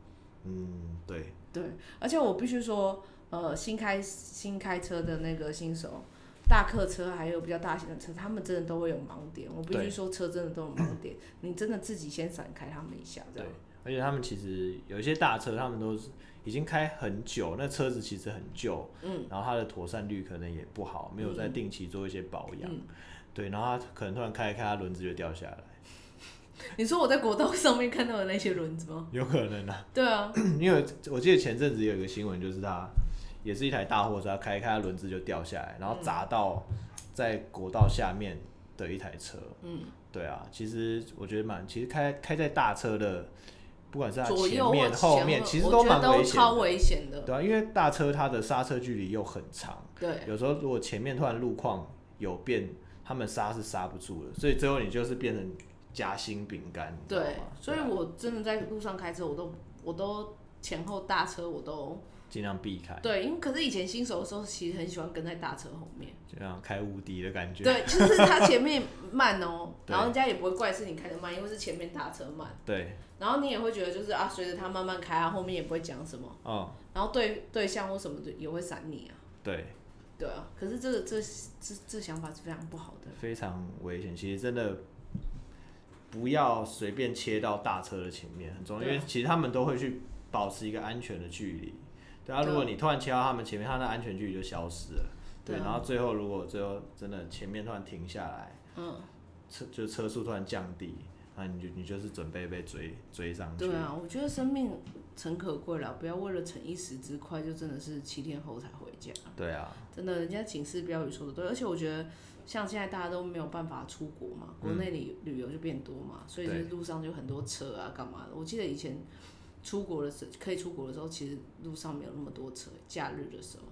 嗯，对，对，而且我必须说，呃，新开新开车的那个新手，大客车还有比较大型的车，他们真的都会有盲点。我必须对说，车真的都有盲点，你真的自己先闪开他们一下，这对样。，而且他们其实有一些大车，他们都是已经开很久，那车子其实很旧，嗯，然后它的妥善率可能也不好，没有在嗯定期做一些保养，嗯对，然后它可能突然开一开，它轮子就掉下来， 你说我在国道上面看到的那些轮子吗？有可能啊， 对啊，因为我记得前阵子有一个新闻，就是它也是一台大货车，它开一开它轮子就掉下来，然后砸到在国道下面的一台车，嗯，对啊，其实我觉得蛮，其实开开在大车的，不管是它左右啊前或面前后后面，其实我都觉得蛮危险超的。危险的。对啊，因为大车它的刹车距离又很长，对有时候如果前面突然路况有变，他们刹是刹不住的，所以最后你就是变成夹心饼干。你知道对吗，所以对啊我真的在路上开车，我都我都前后大车我都尽量避开，对，因为可是以前新手的时候，其实很喜欢跟在大车后面。就像开无敌的感觉。对，就是他前面慢哦， 对然后人家也不会怪是你开的慢，因为是前面大车慢，对，然后你也会觉得就是啊，随着他慢慢开啊，后面也不会讲什么，哦，然后对对象或什么的也会闪你啊，对，对啊。可是这个这这这想法是非常不好的，非常危险。其实真的不要随便切到大车的前面，很重要，因对啊为其实他们都会去保持一个安全的距离。对啊，对啊如果你突然切到他们前面，他的安全距离就消失了。对，对啊然后最后如果最后真的前面突然停下来，嗯，车就车速突然降低，那你就你就是准备被追追上去。对啊，我觉得生命诚可贵啦，不要为了逞一时之快，就真的是七天后才回家，对啊，真的，人家警示标语说的对，而且我觉得。像现在大家都没有办法出国嘛，国内旅旅游就变多嘛，所以就是嗯对路上就很多车啊，干嘛的？我记得以前出国的时候，可以出国的时候，其实路上没有那么多车，假日的时候。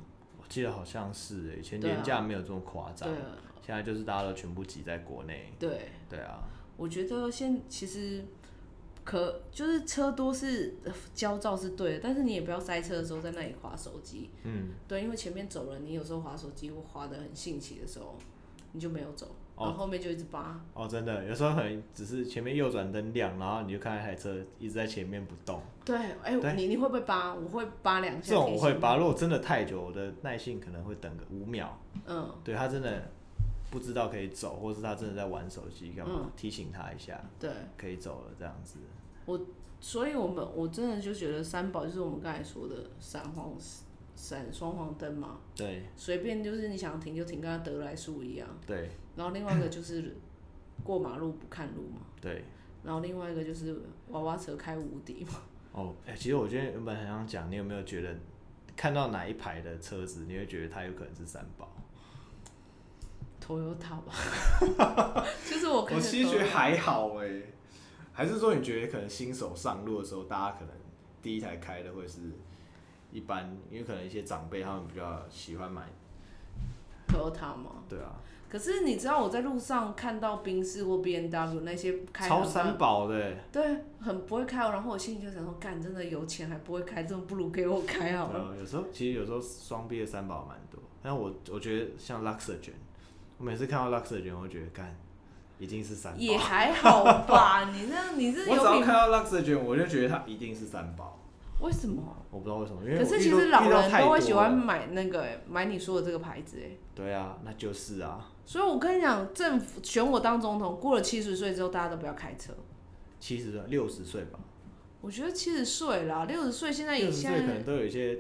我记得好像是欸以前对啊年假没有这么夸张，对啊现在就是大家都全部挤在国内。对，对啊，我觉得现其实可就是车多是呃焦躁是对的，但是你也不要塞车的时候在那里划手机。嗯，对，因为前面走人，你有时候划手机或划的很兴起的时候，你就没有走，哦然后后面就一直扒。哦，真的，有时候可能只是前面右转灯亮，然后你就看那台车一直在前面不动。对，哎、对你你会不会扒？我会扒两下。这种我会提醒你拔，如果真的太久，我的耐性可能会等个五秒。嗯。对他真的不知道可以走，或是他真的在玩手机干嘛，嗯提醒他一下对，可以走了这样子。所以我们我真的就觉得三宝就是我们刚才说的闪黄闪双黄灯嘛，对随便就是你想停就停，跟他得来速一样。对然后另外一个就是过马路不看路嘛，对，然后另外一个就是娃娃车开无敌嘛。哦，哎、其实我今天原本很想讲，你有没有觉得看到哪一排的车子，你会觉得它有可能是三宝？ Toyota 吧， 就是我看我着其实觉得 Toyota 还好哎、欸还是说你觉得可能新手上路的时候，大家可能第一台开的会是一般，因为可能一些长辈他们比较喜欢买， Toyota 嘛。对啊，可是你知道我在路上看到宾士或 B N W 那些开超很三宝的、欸，对，很不会开哦，然后我心里就想说，干，真的有钱还不会开，这么不如给我开好对了。啊，有时候其实有时候双 B 的三宝蛮多，但我我觉得像 Luxgen，我每次看到 Luxgen，我就觉得干一定是三宝，也还好 吧，你那你这我只有要看品到 Lux 卷，我就觉得它一定是三宝。为什么？我不知道为什么，因为可我是遇其到实老遇到人太都多会喜欢了买那个、欸、买你说的这个牌子哎、欸对啊，那就是啊，所以我跟你讲，政府选我当总统，过了七十岁之后，大家都不要开车。七十岁六十岁吧，我觉得七十岁啦，六十岁现在六也十现岁可能在，都有一些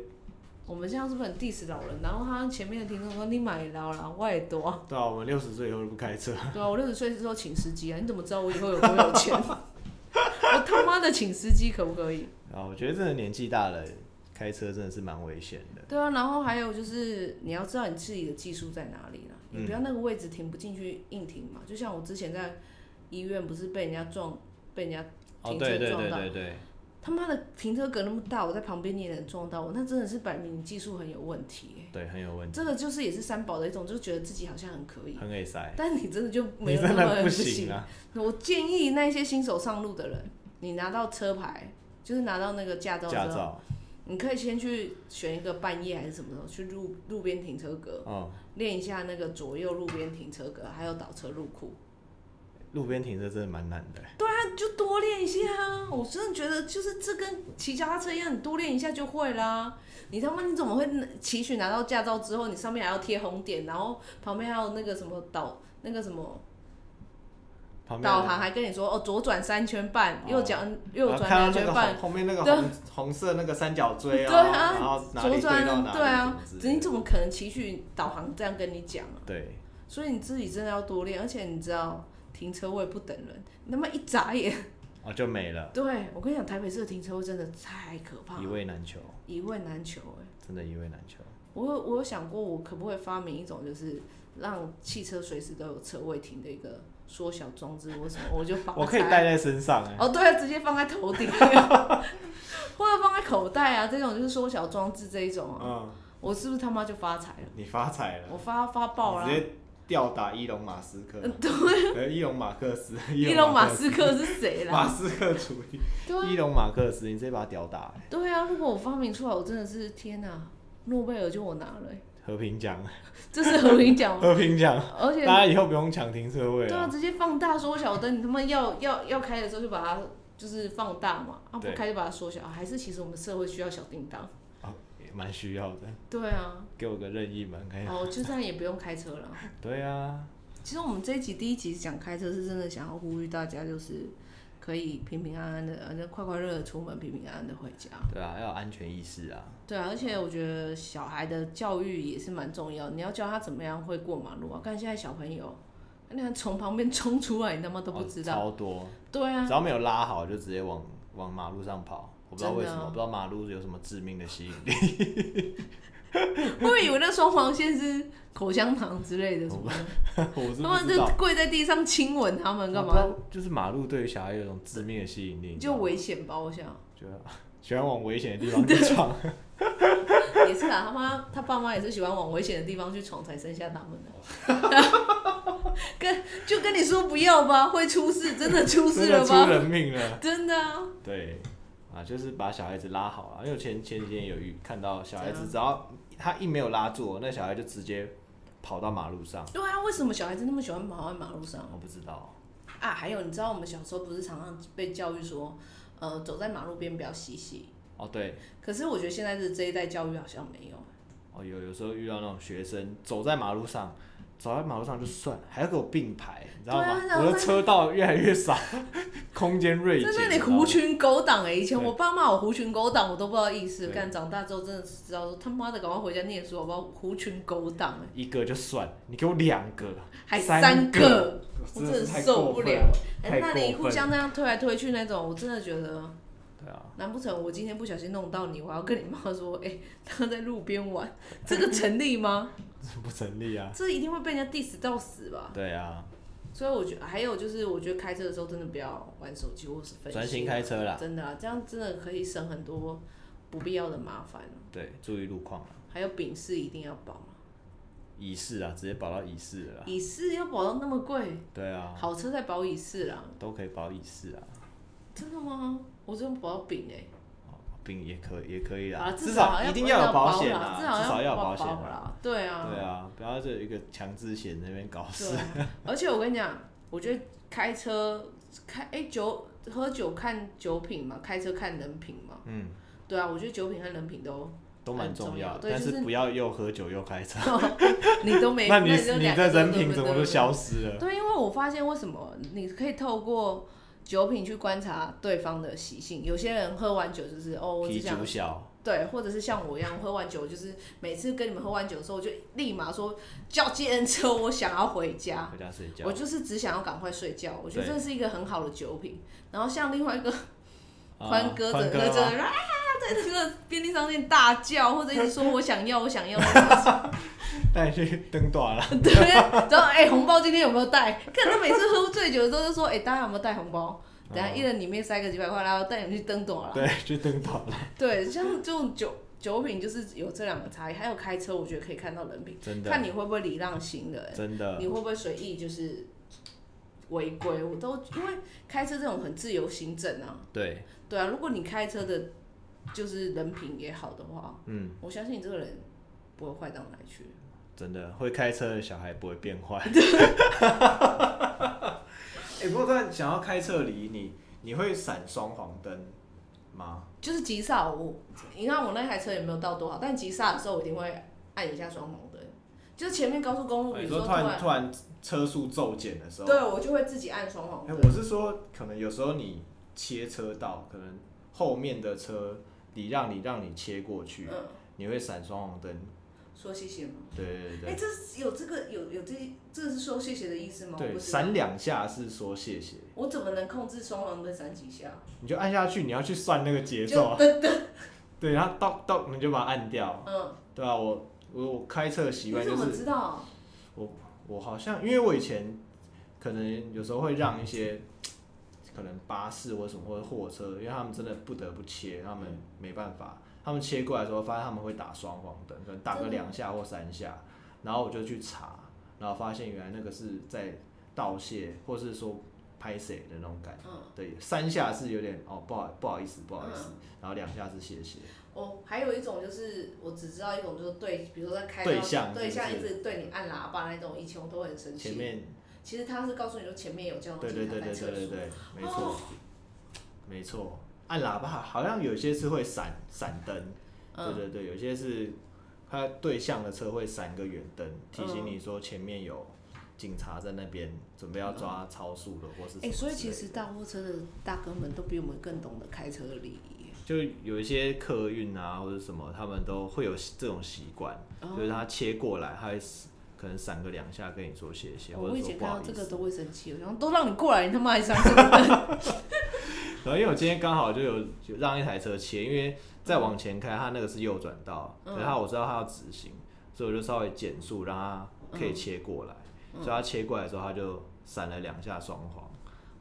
我们现在是不是很 diss 老人？然后他前面的听众说你买老了，我也多、啊。对啊，我们六十岁以后就不开车， 对啊，我六十岁之后请司机啊，你怎么知道我以后有多有钱？ 我他妈的请司机可不可以？啊，我觉得真的年纪大了，开车真的是蛮危险的。对啊，然后还有就是你要知道你自己的技术在哪里啦，你不嗯要那个位置停不进去硬停嘛。就像我之前在医院不是被人家撞，被人家停车撞到，哦对，他妈的停车格那么大，我在旁边你也能撞到我，那真的是摆明你技术很有问题欸、对，很有问题，这个就是也是三宝的一种，就觉得自己好像很可以，很会塞，但你真的就你没有那真么的不行行啊！我建议那些新手上路的人，你拿到车牌，就是拿到那个驾照之驾后，照，你可以先去选一个半夜还是什么时候去路路边停车格嗯，练一下那个左右路边停车格，还有倒车入库，路边停车真的蛮难的。那就多练一下啊！我真的觉得就是这跟骑脚踏车一样，你多练一下就会啦。你他妈你怎么会骑取拿到驾照之后，你上面还要贴红点，然后旁边还有那个什么导那个什么旁边导航还跟你说哦左转三圈半，右转、然右后转看两到那圈个半红，后面那个对啊红红色那个三角锥对啊，哦啊然后哪左里对到转哪里，对啊，什么之类你的怎么可能骑去导航这样跟你讲啊？对，所以你自己真的要多练，而且你知道停车位不等人，你他妈一眨眼，哦就没了，对我跟你讲，台北市的停车位真的太可怕一了，位难求，一位难求哎、真的一位难求。我有我有想过，我可不可以发明一种就是让汽车随时都有车位停的一个缩小装置？我什么我就把它我可以拆带在身上哎，哦，对，直接放在头顶，啊 或者放在口袋啊，这种就是缩小装置这一种啊，嗯，我是不是他妈就发财了？你发财了，我发发爆啦！嗯你直接吊打伊隆马斯克，呃对，伊隆马克思， 伊隆马斯克是谁马啦？斯克主义，对啊伊隆马啊克思，你直接把他屌打哎，对啊！如果我发明出来，我真的是天哪、诺贝尔就我拿了欸、 和平奖，这是和平奖吗，和平奖，而且大家以后不用抢停车位对啊，了。直接放大缩小灯，你他妈要要要开的时候就把它就是放大嘛，啊不对开就把它缩小，还是其实我们社会需要小叮当。哦，也蛮需要的，对啊，给我个任意门可以。哦，就这样也不用开车了。对啊，其实我们这一集第一集讲开车，是真的想要呼吁大家，就是可以平平安安的，呃，快快乐乐地出门，平平安安的回家。对啊，要有安全意识啊。对啊，而且我觉得小孩的教育也是蛮重要，你要教他怎么样会过马路啊。看现在小朋友，那样从旁边冲出来，你他妈都不哦知道。超多，对啊只，要没有拉好，就直接往往马路上跑。我不知道为什真的么，啊我不知道马路有什么致命的吸引力。 我以为那双黄线是口香糖之类的什么的，我是他不们知就道，跪在地上亲吻他们干我不知道嘛？？就是马路对于小孩有一种致命的吸引力，你知道就吗危险吧，我想觉得喜欢往危险的地 方去闯。也是啊，他妈他爸妈也是喜欢往危险的地方去闯才生下他们的。跟就跟你说不要吧，会出事，真的出真事的了出吧？人命了。真的啊，对，啊，就是把小孩子拉好啊，因为我前前几天有遇看到小孩子，只怎要他一没有拉住，那小孩就直接跑到马路上。对啊，为什么小孩子那么喜欢跑在马路上？我不知道，啊，还有你知道我们小时候不是常常被教育说，呃，走在马路边不要嬉戏。哦对，可是我觉得现在的这一代教育好像没有，哦有有时候遇到那种学生走在马路上，走在马路上就算，还要给我并排，你知道对啊吗？然后我的在车道越来越少， 空间锐减。在那你里知道吗狐群狗党哎、以前对我爸骂我狐群狗党，我都不知道意思。对干长大之后真的是知道说他妈的赶快回家念书，好不好？狐群狗党哎、一个就算，你给我两个，还三个，我真真的的是太受不过分了了。哎、太那里过互分相那样推来推去那种，我真的觉得，对啊，难不成我今天不小心弄到你，我要跟你妈说，哎、他在路边玩，这个成立吗？这 不成立 啊。这一定会被人家 diss 到死吧？对啊，所以我觉得还有就是，我觉得开车的时候真的不要玩手机或是分心，啊专心开车啦，真的啊，这样真的可以省很多不必要的麻烦。对，注意路况啊，还有丙式一定要保嘛，乙式啊，直接保到乙式了啦。乙式要保到那么贵，对啊，好车才保乙式啦，都可以保乙式啊，真的吗？我真的保到丙哎、哦并也可也可以好啦啦，啊至啊少要一定要有保保险啦，啊，至至少要有保险保啊。啦，对啊，对啊，不要这有一个强制险那边搞事对。啊， 而且我跟你讲，我觉得开车开哎、酒喝酒看酒品嘛，开车看人品嘛。嗯，对啊，我觉得酒品和人品都，都蛮重要很的，重要对但就是是不要又喝酒又 开车，你都没，那你就你两的个人品怎么就消失？失了？对，因为我发现为什么你可以透过酒品去观察对方的习性，有些人喝完酒就是哦，我只啤想酒小，对，或者是像我一样喝完酒，就是每次跟你们喝完酒的时候，我就立马说叫计程车，我想要回家。回家睡觉啊我。就是只想要赶快睡觉，我觉得对这是一个很好的酒品。然后像另外一个 啊宽哥宽整个哥吗整个啊，在那个便利商店大叫，或者一直说我想要，我想要，我想要带你去登短了， 对。然后哎、红包今天有没有带？ 看他每次喝醉酒的时候就说，哎、大家有没有带红包？等下一人里面塞个几百块，然后带你们去登短了。哦对，去登短了，对，像这种酒酒品就是有这两个差异，还有开车，我觉得可以看到人品，真看的呃你会不会礼让行人，真你的，会不会随意就是违规，我都因为开车这种很自由行政啊，对，对啊，如果你开车的就是人品也好的话，嗯，我相信你这个人不会坏到哪里去。真的会开车的小孩不会变坏。 哎，不过突然想要开车离你，你会闪双黄灯吗？就是急刹我，你看我那台车也没有到多好，但急刹的时候我一定会按一下双黄灯，就是前面高速公路，比哎你如说突说突然然，突然车速骤减的时候，对我就会自己按双黄哎、灯。我是说，可能有时候你切车道，可能后面的车你让你让你切过去，嗯，你会闪双黄灯。说谢谢吗？对对哎、对这是有这个有有这这个是说谢谢的意思吗？对，我不对，知道闪两下是说谢谢，我怎么能控制双黄灯闪几下？你就按下去，你要去算那个节就奏啊。噔噔，对，然后到到你就把它按掉，嗯，对啊，我我我开车的习你惯怎就么是知道？我好像因为我以前可能有时候会让一些。可能巴士或什么或者货车，因为他们真的不得不切，他们没办法，他们切过来的时候发现他们会打双黄灯，可能打个真的两下或三下，然后我就去查，然后发现原来那个是在道谢或是说拍谁的那种感觉，嗯对，三下是有点哦不好不好意思不好意思，嗯然后两下是谢谢，哦，还有一种就是我只知道一种就是对，比如说在开对到象对是不象一是直对你按喇叭那种，以前我都会很生气。前面其实他是告诉你说前面有交通对对警察对在对测对对速，对，没哦错，没错，按喇叭好像有些是会闪闪灯，对嗯，对对，有些是它对向的车会闪个远灯，提醒嗯你说前面有警察在那边准备要抓超速的，或是嗯哎、什么所以之其类实的大货车的大哥们都比我们更懂得开车的礼仪。就有一些客运啊或者什么，他们都会有这种习惯，哦就是他切过来，他会可能闪个两下跟你说谢谢，或哦我者以说前不看好到意这个思。都会生气，我想说都让你过来，你他妈还 上车？然后因为我今天刚好就有就让一台车切，因为再往前开，它那个是右转道，嗯可是它我知道它要直行，所以我就稍微减速，让它嗯可以切过来。所以它切过来的时候，它就闪了两下双黄，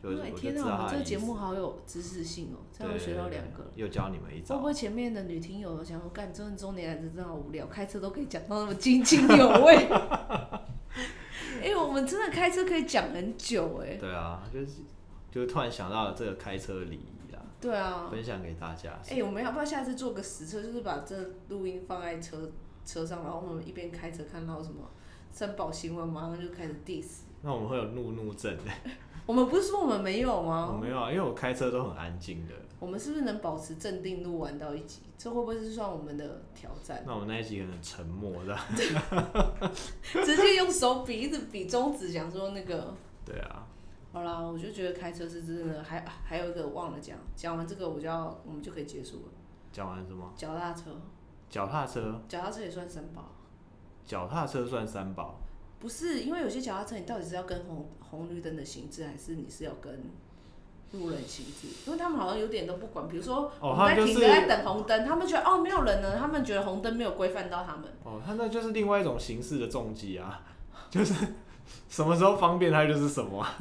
就我对，就哎天知哪，我道们它的这个意节思。目好有知识性哦、这样我学到两个。又教你们一会不招。会前面的女听友想说，干，真的中年男子真好无聊，开车都可以讲到那么津津有 味。哎、我们真的开车可以讲很久哎、对啊，就是就突然想到了这个开车礼仪啦，对啊，分享给大家。哎、我们要不要下次做个实测，就是把这录音放在车车上，然后我们一边开车看到什么三宝新闻马上就开始 diss。那我们会有怒怒症的。我们不是说我们没有我吗？没有啊，因为我开车都很安静的。我们是不是能保持镇定录完到一集？这会不会是算我们的挑战？那我们那一集可能沉默的。直接用手比，一直比中指，想说那个。对啊，好啦，我就觉得开车是真的，还还有一个忘了讲，讲完这个我就要，我们就可以结束了。讲完什么？脚踏车，脚踏车，脚踏车也算三宝，脚踏车算三宝。不是因为有些脚踏车你到底是要跟红红绿灯的行至，还是你是要跟路人行至？因为他们好像有点都不管，比如说我哦们他在就停是着在等红灯，他们觉得哦没有人呢，他们觉得红灯没有规范到他们。哦，他那就是另外一种形式的重击啊，就是什么时候方便他就是什么啊。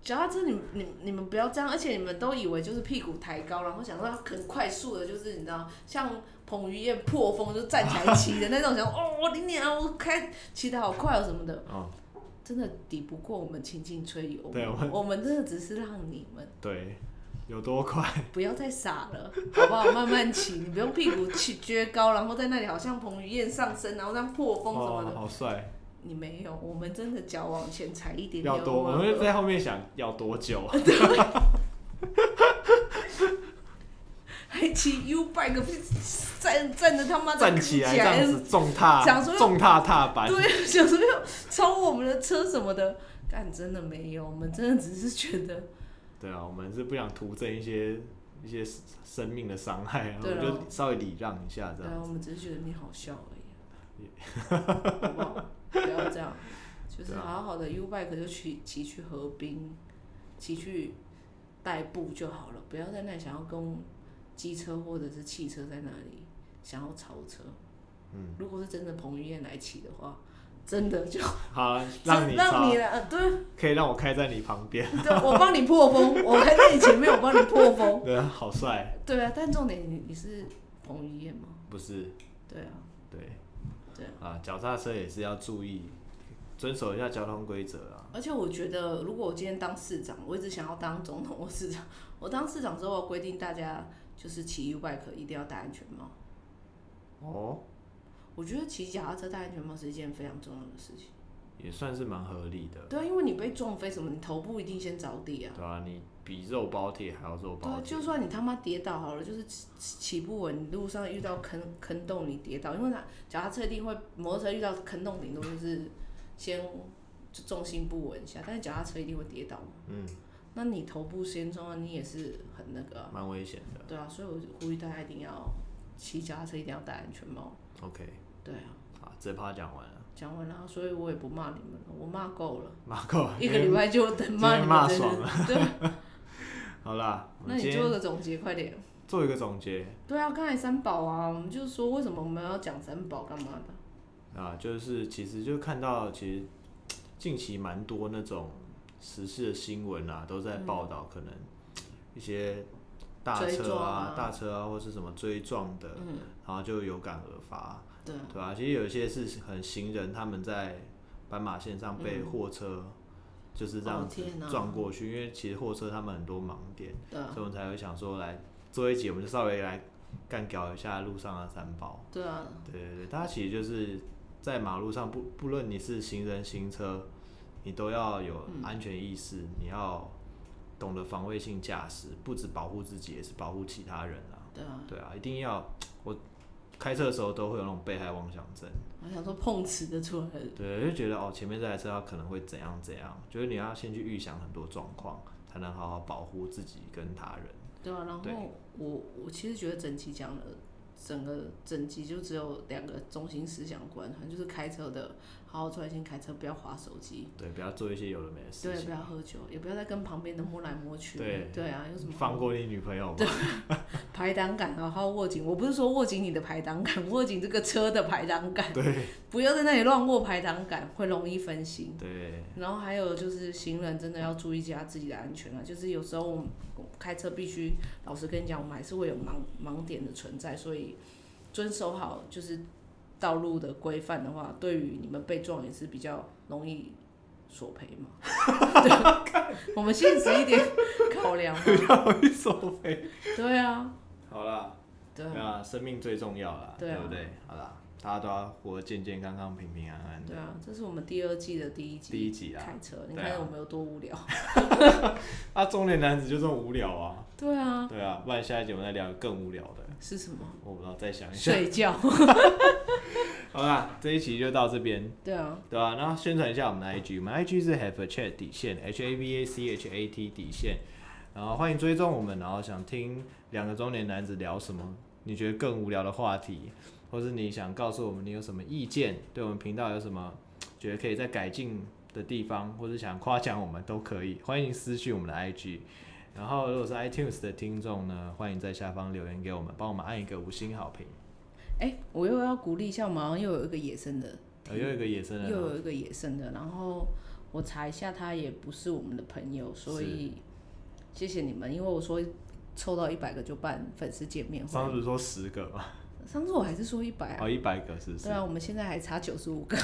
脚踏车你们你你们不要这样，而且你们都以为就是屁股抬高，然后想说很快速的，就是你知道像彭于晏破风就站起来骑的那种，想说哦我你你啊，我开骑的好快哦什么的，哦，真的抵不过我们轻轻吹油。对我们我们真的只是让你们对，有多快？不要再傻了，好不好？慢慢骑，你不用屁股起撅高，然后在那里好像彭于晏上身，然后这样破风什么哦的，，好帅，你没有，我们真的脚往前踩一点点，要多，我往们会在后面想要多久啊？还骑 U bike 站站着他妈的站起来这样子重踏想说，重踏踏板。对，想说要超我们的车什么的，但真的没有，我们真的只是觉得，对啊，我们是不想徒增一些一些生命的伤害啊，我对们啊就稍微礼让一下这对啊，样我子。们只是觉得你好笑而已， 好不好？不要这样，就是对啊好好的 U bike 就骑骑去河滨，骑去代步就好了，不要在那里想要跟机车或者是汽车在那里想要超车。嗯，如果是真的彭于晏来骑的话，真的就好啊，让你 让超你，来，呃对。可以让我开在你旁边。对，我帮你破风，我还在你前面，我帮你破风。 对啊，好帅，对啊，但重点你你是彭于晏吗？不是？对啊，对对啊。啊，脚踏车也是要注意，遵守一下交通规则啊。而且我觉得，如果我今天当市长，我一直想要当总统或市长。我当市长之后，规定大家就是骑 U bike 一定要戴安全帽。哦，我觉得骑脚踏车戴安全帽是一件非常重要的事情。也算是蛮合理的，对啊，因为你被撞飞什么，你头部一定先着地啊。对啊，你比肉包铁还要肉对包啊，铁就。算你他妈跌倒好了，就是起起步稳，你路上遇到坑坑洞你跌倒，因为他脚踏车一定会，摩托车遇到坑洞顶多就是先就重心不稳一下，但是脚踏车一定会跌倒嘛。嗯，那你头部先撞到，你也是很那个啊、蛮危险的。对啊，所以我就呼吁大家一定要骑脚踏车一定要戴安全帽。 OK，对啊，好，这趴讲完了。讲完了，啊所以我也不骂你们了，我骂够了，马克，嗯一个礼拜就等哦今骂天你骂们的爽人。了。对，好啦，我那们今你做天个总结，快点。做一个总结对啊，刚才三宝啊，我们就说为什么我们要讲三宝干嘛的？啊，就是其实就看到其实近期蛮多那种时事的新闻啊，都在报道可能一些大嗯追车撞啊啊、大车啊，或是什么追撞的，嗯，然后就有感而发。对啊，对啊，其实有一些是很行人，他们在斑马线上被货车就是这样嗯哦子天哪撞过去，因为其实货车他们很多盲点，对啊所以，我们才会想说来做一集，我们就稍微来干搞一下路上的三宝。对啊，对对对，大家其实就是在马路上，不不论你是行人行车，你都要有嗯安全意识，你要懂得防卫性驾驶，不止保护自己，也是保护其他人啊。对啊。对啊，一定要我开车的时候都会有那种被害妄想症。我想说碰瓷的出来了，对，就觉得哦，前面这台车它可能会怎样怎样，就是你要先去预想很多状况，才能好好保护自己跟他人。对啊。然对后我我其实觉得整集讲了。整个整集就只有两个中心思想观，反正就是开车的好好专心开车，不要划手机，对，不要做一些有的没的事对，不情。要喝酒，也不要再跟旁边的摸来摸去，对啊，有什么好放过你女朋友吧。排挡杆好好握紧，我不是说握紧你的排挡杆，握紧这个车的排挡杆，对不要在那里乱握排挡杆，会容易分心。对然后还有就是行人真的要注意一下自己的安全啊，就是有时候我们开车必须，老实跟你讲，我们还是会有盲盲点的存在，所以遵守好就是道路的规范的话，对于你们被撞也是比较容易索赔 嘛。对， 我们现实一点考 量嘛。对，收费。对啊，好啦，对对啊，啊，生命最重要啦，对啊不对？好啦，大家都要活得健健康康、平平安安对的。啊，这是我们第二季的第一集。第一集啊开车，你对啊看我们有多无聊。啊，中年男子就这么无聊啊？对啊，对啊，不然下一集我们再聊更无聊的。是什么？我不知道，再想一下。睡觉。好啦，这一期就到这边，对啊，对吧、然后宣传一下我们的 IG，我们 IG 是 Have a Chat 底线，H A V A C H A T 底线。然后欢迎追踪我们，然后想听两个中年男子聊什么，你觉得更无聊的话题，或是你想告诉我们你有什么意见，对我们频道有什么觉得可以再改进的地方，或是想夸奖我们都可以，欢迎私讯我们的 IG。然后如果是 iTunes 的听众呢，欢迎在下方留言给我们，帮我们按一个五星好评。哎，我又要鼓励一下，我们好像又有一个野生的，呃，又有一个野生人又啊，有一个野生的。然后我查一下，他也不是我们的朋友，所以谢谢你们，因为我说凑到一百个就办粉丝见面会。上次不是说十个吗？上次我还是说一百啊。哦，一百个是不是对？啊，我们现在还差九十五个，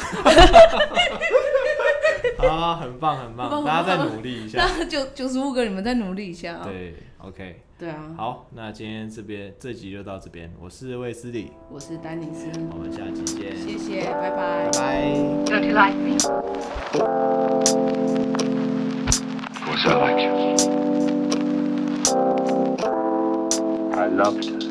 啊，很棒很棒，很棒大家再很棒努力一下。那九九十五个，你们再努力一下啊！对，OK，对啊，好，那今天这边这集就到这边，我是卫斯理，我是丹尼斯，我们下期见，谢谢，拜拜拜。拜。 Don't you like me? Of course I like you. I loved her.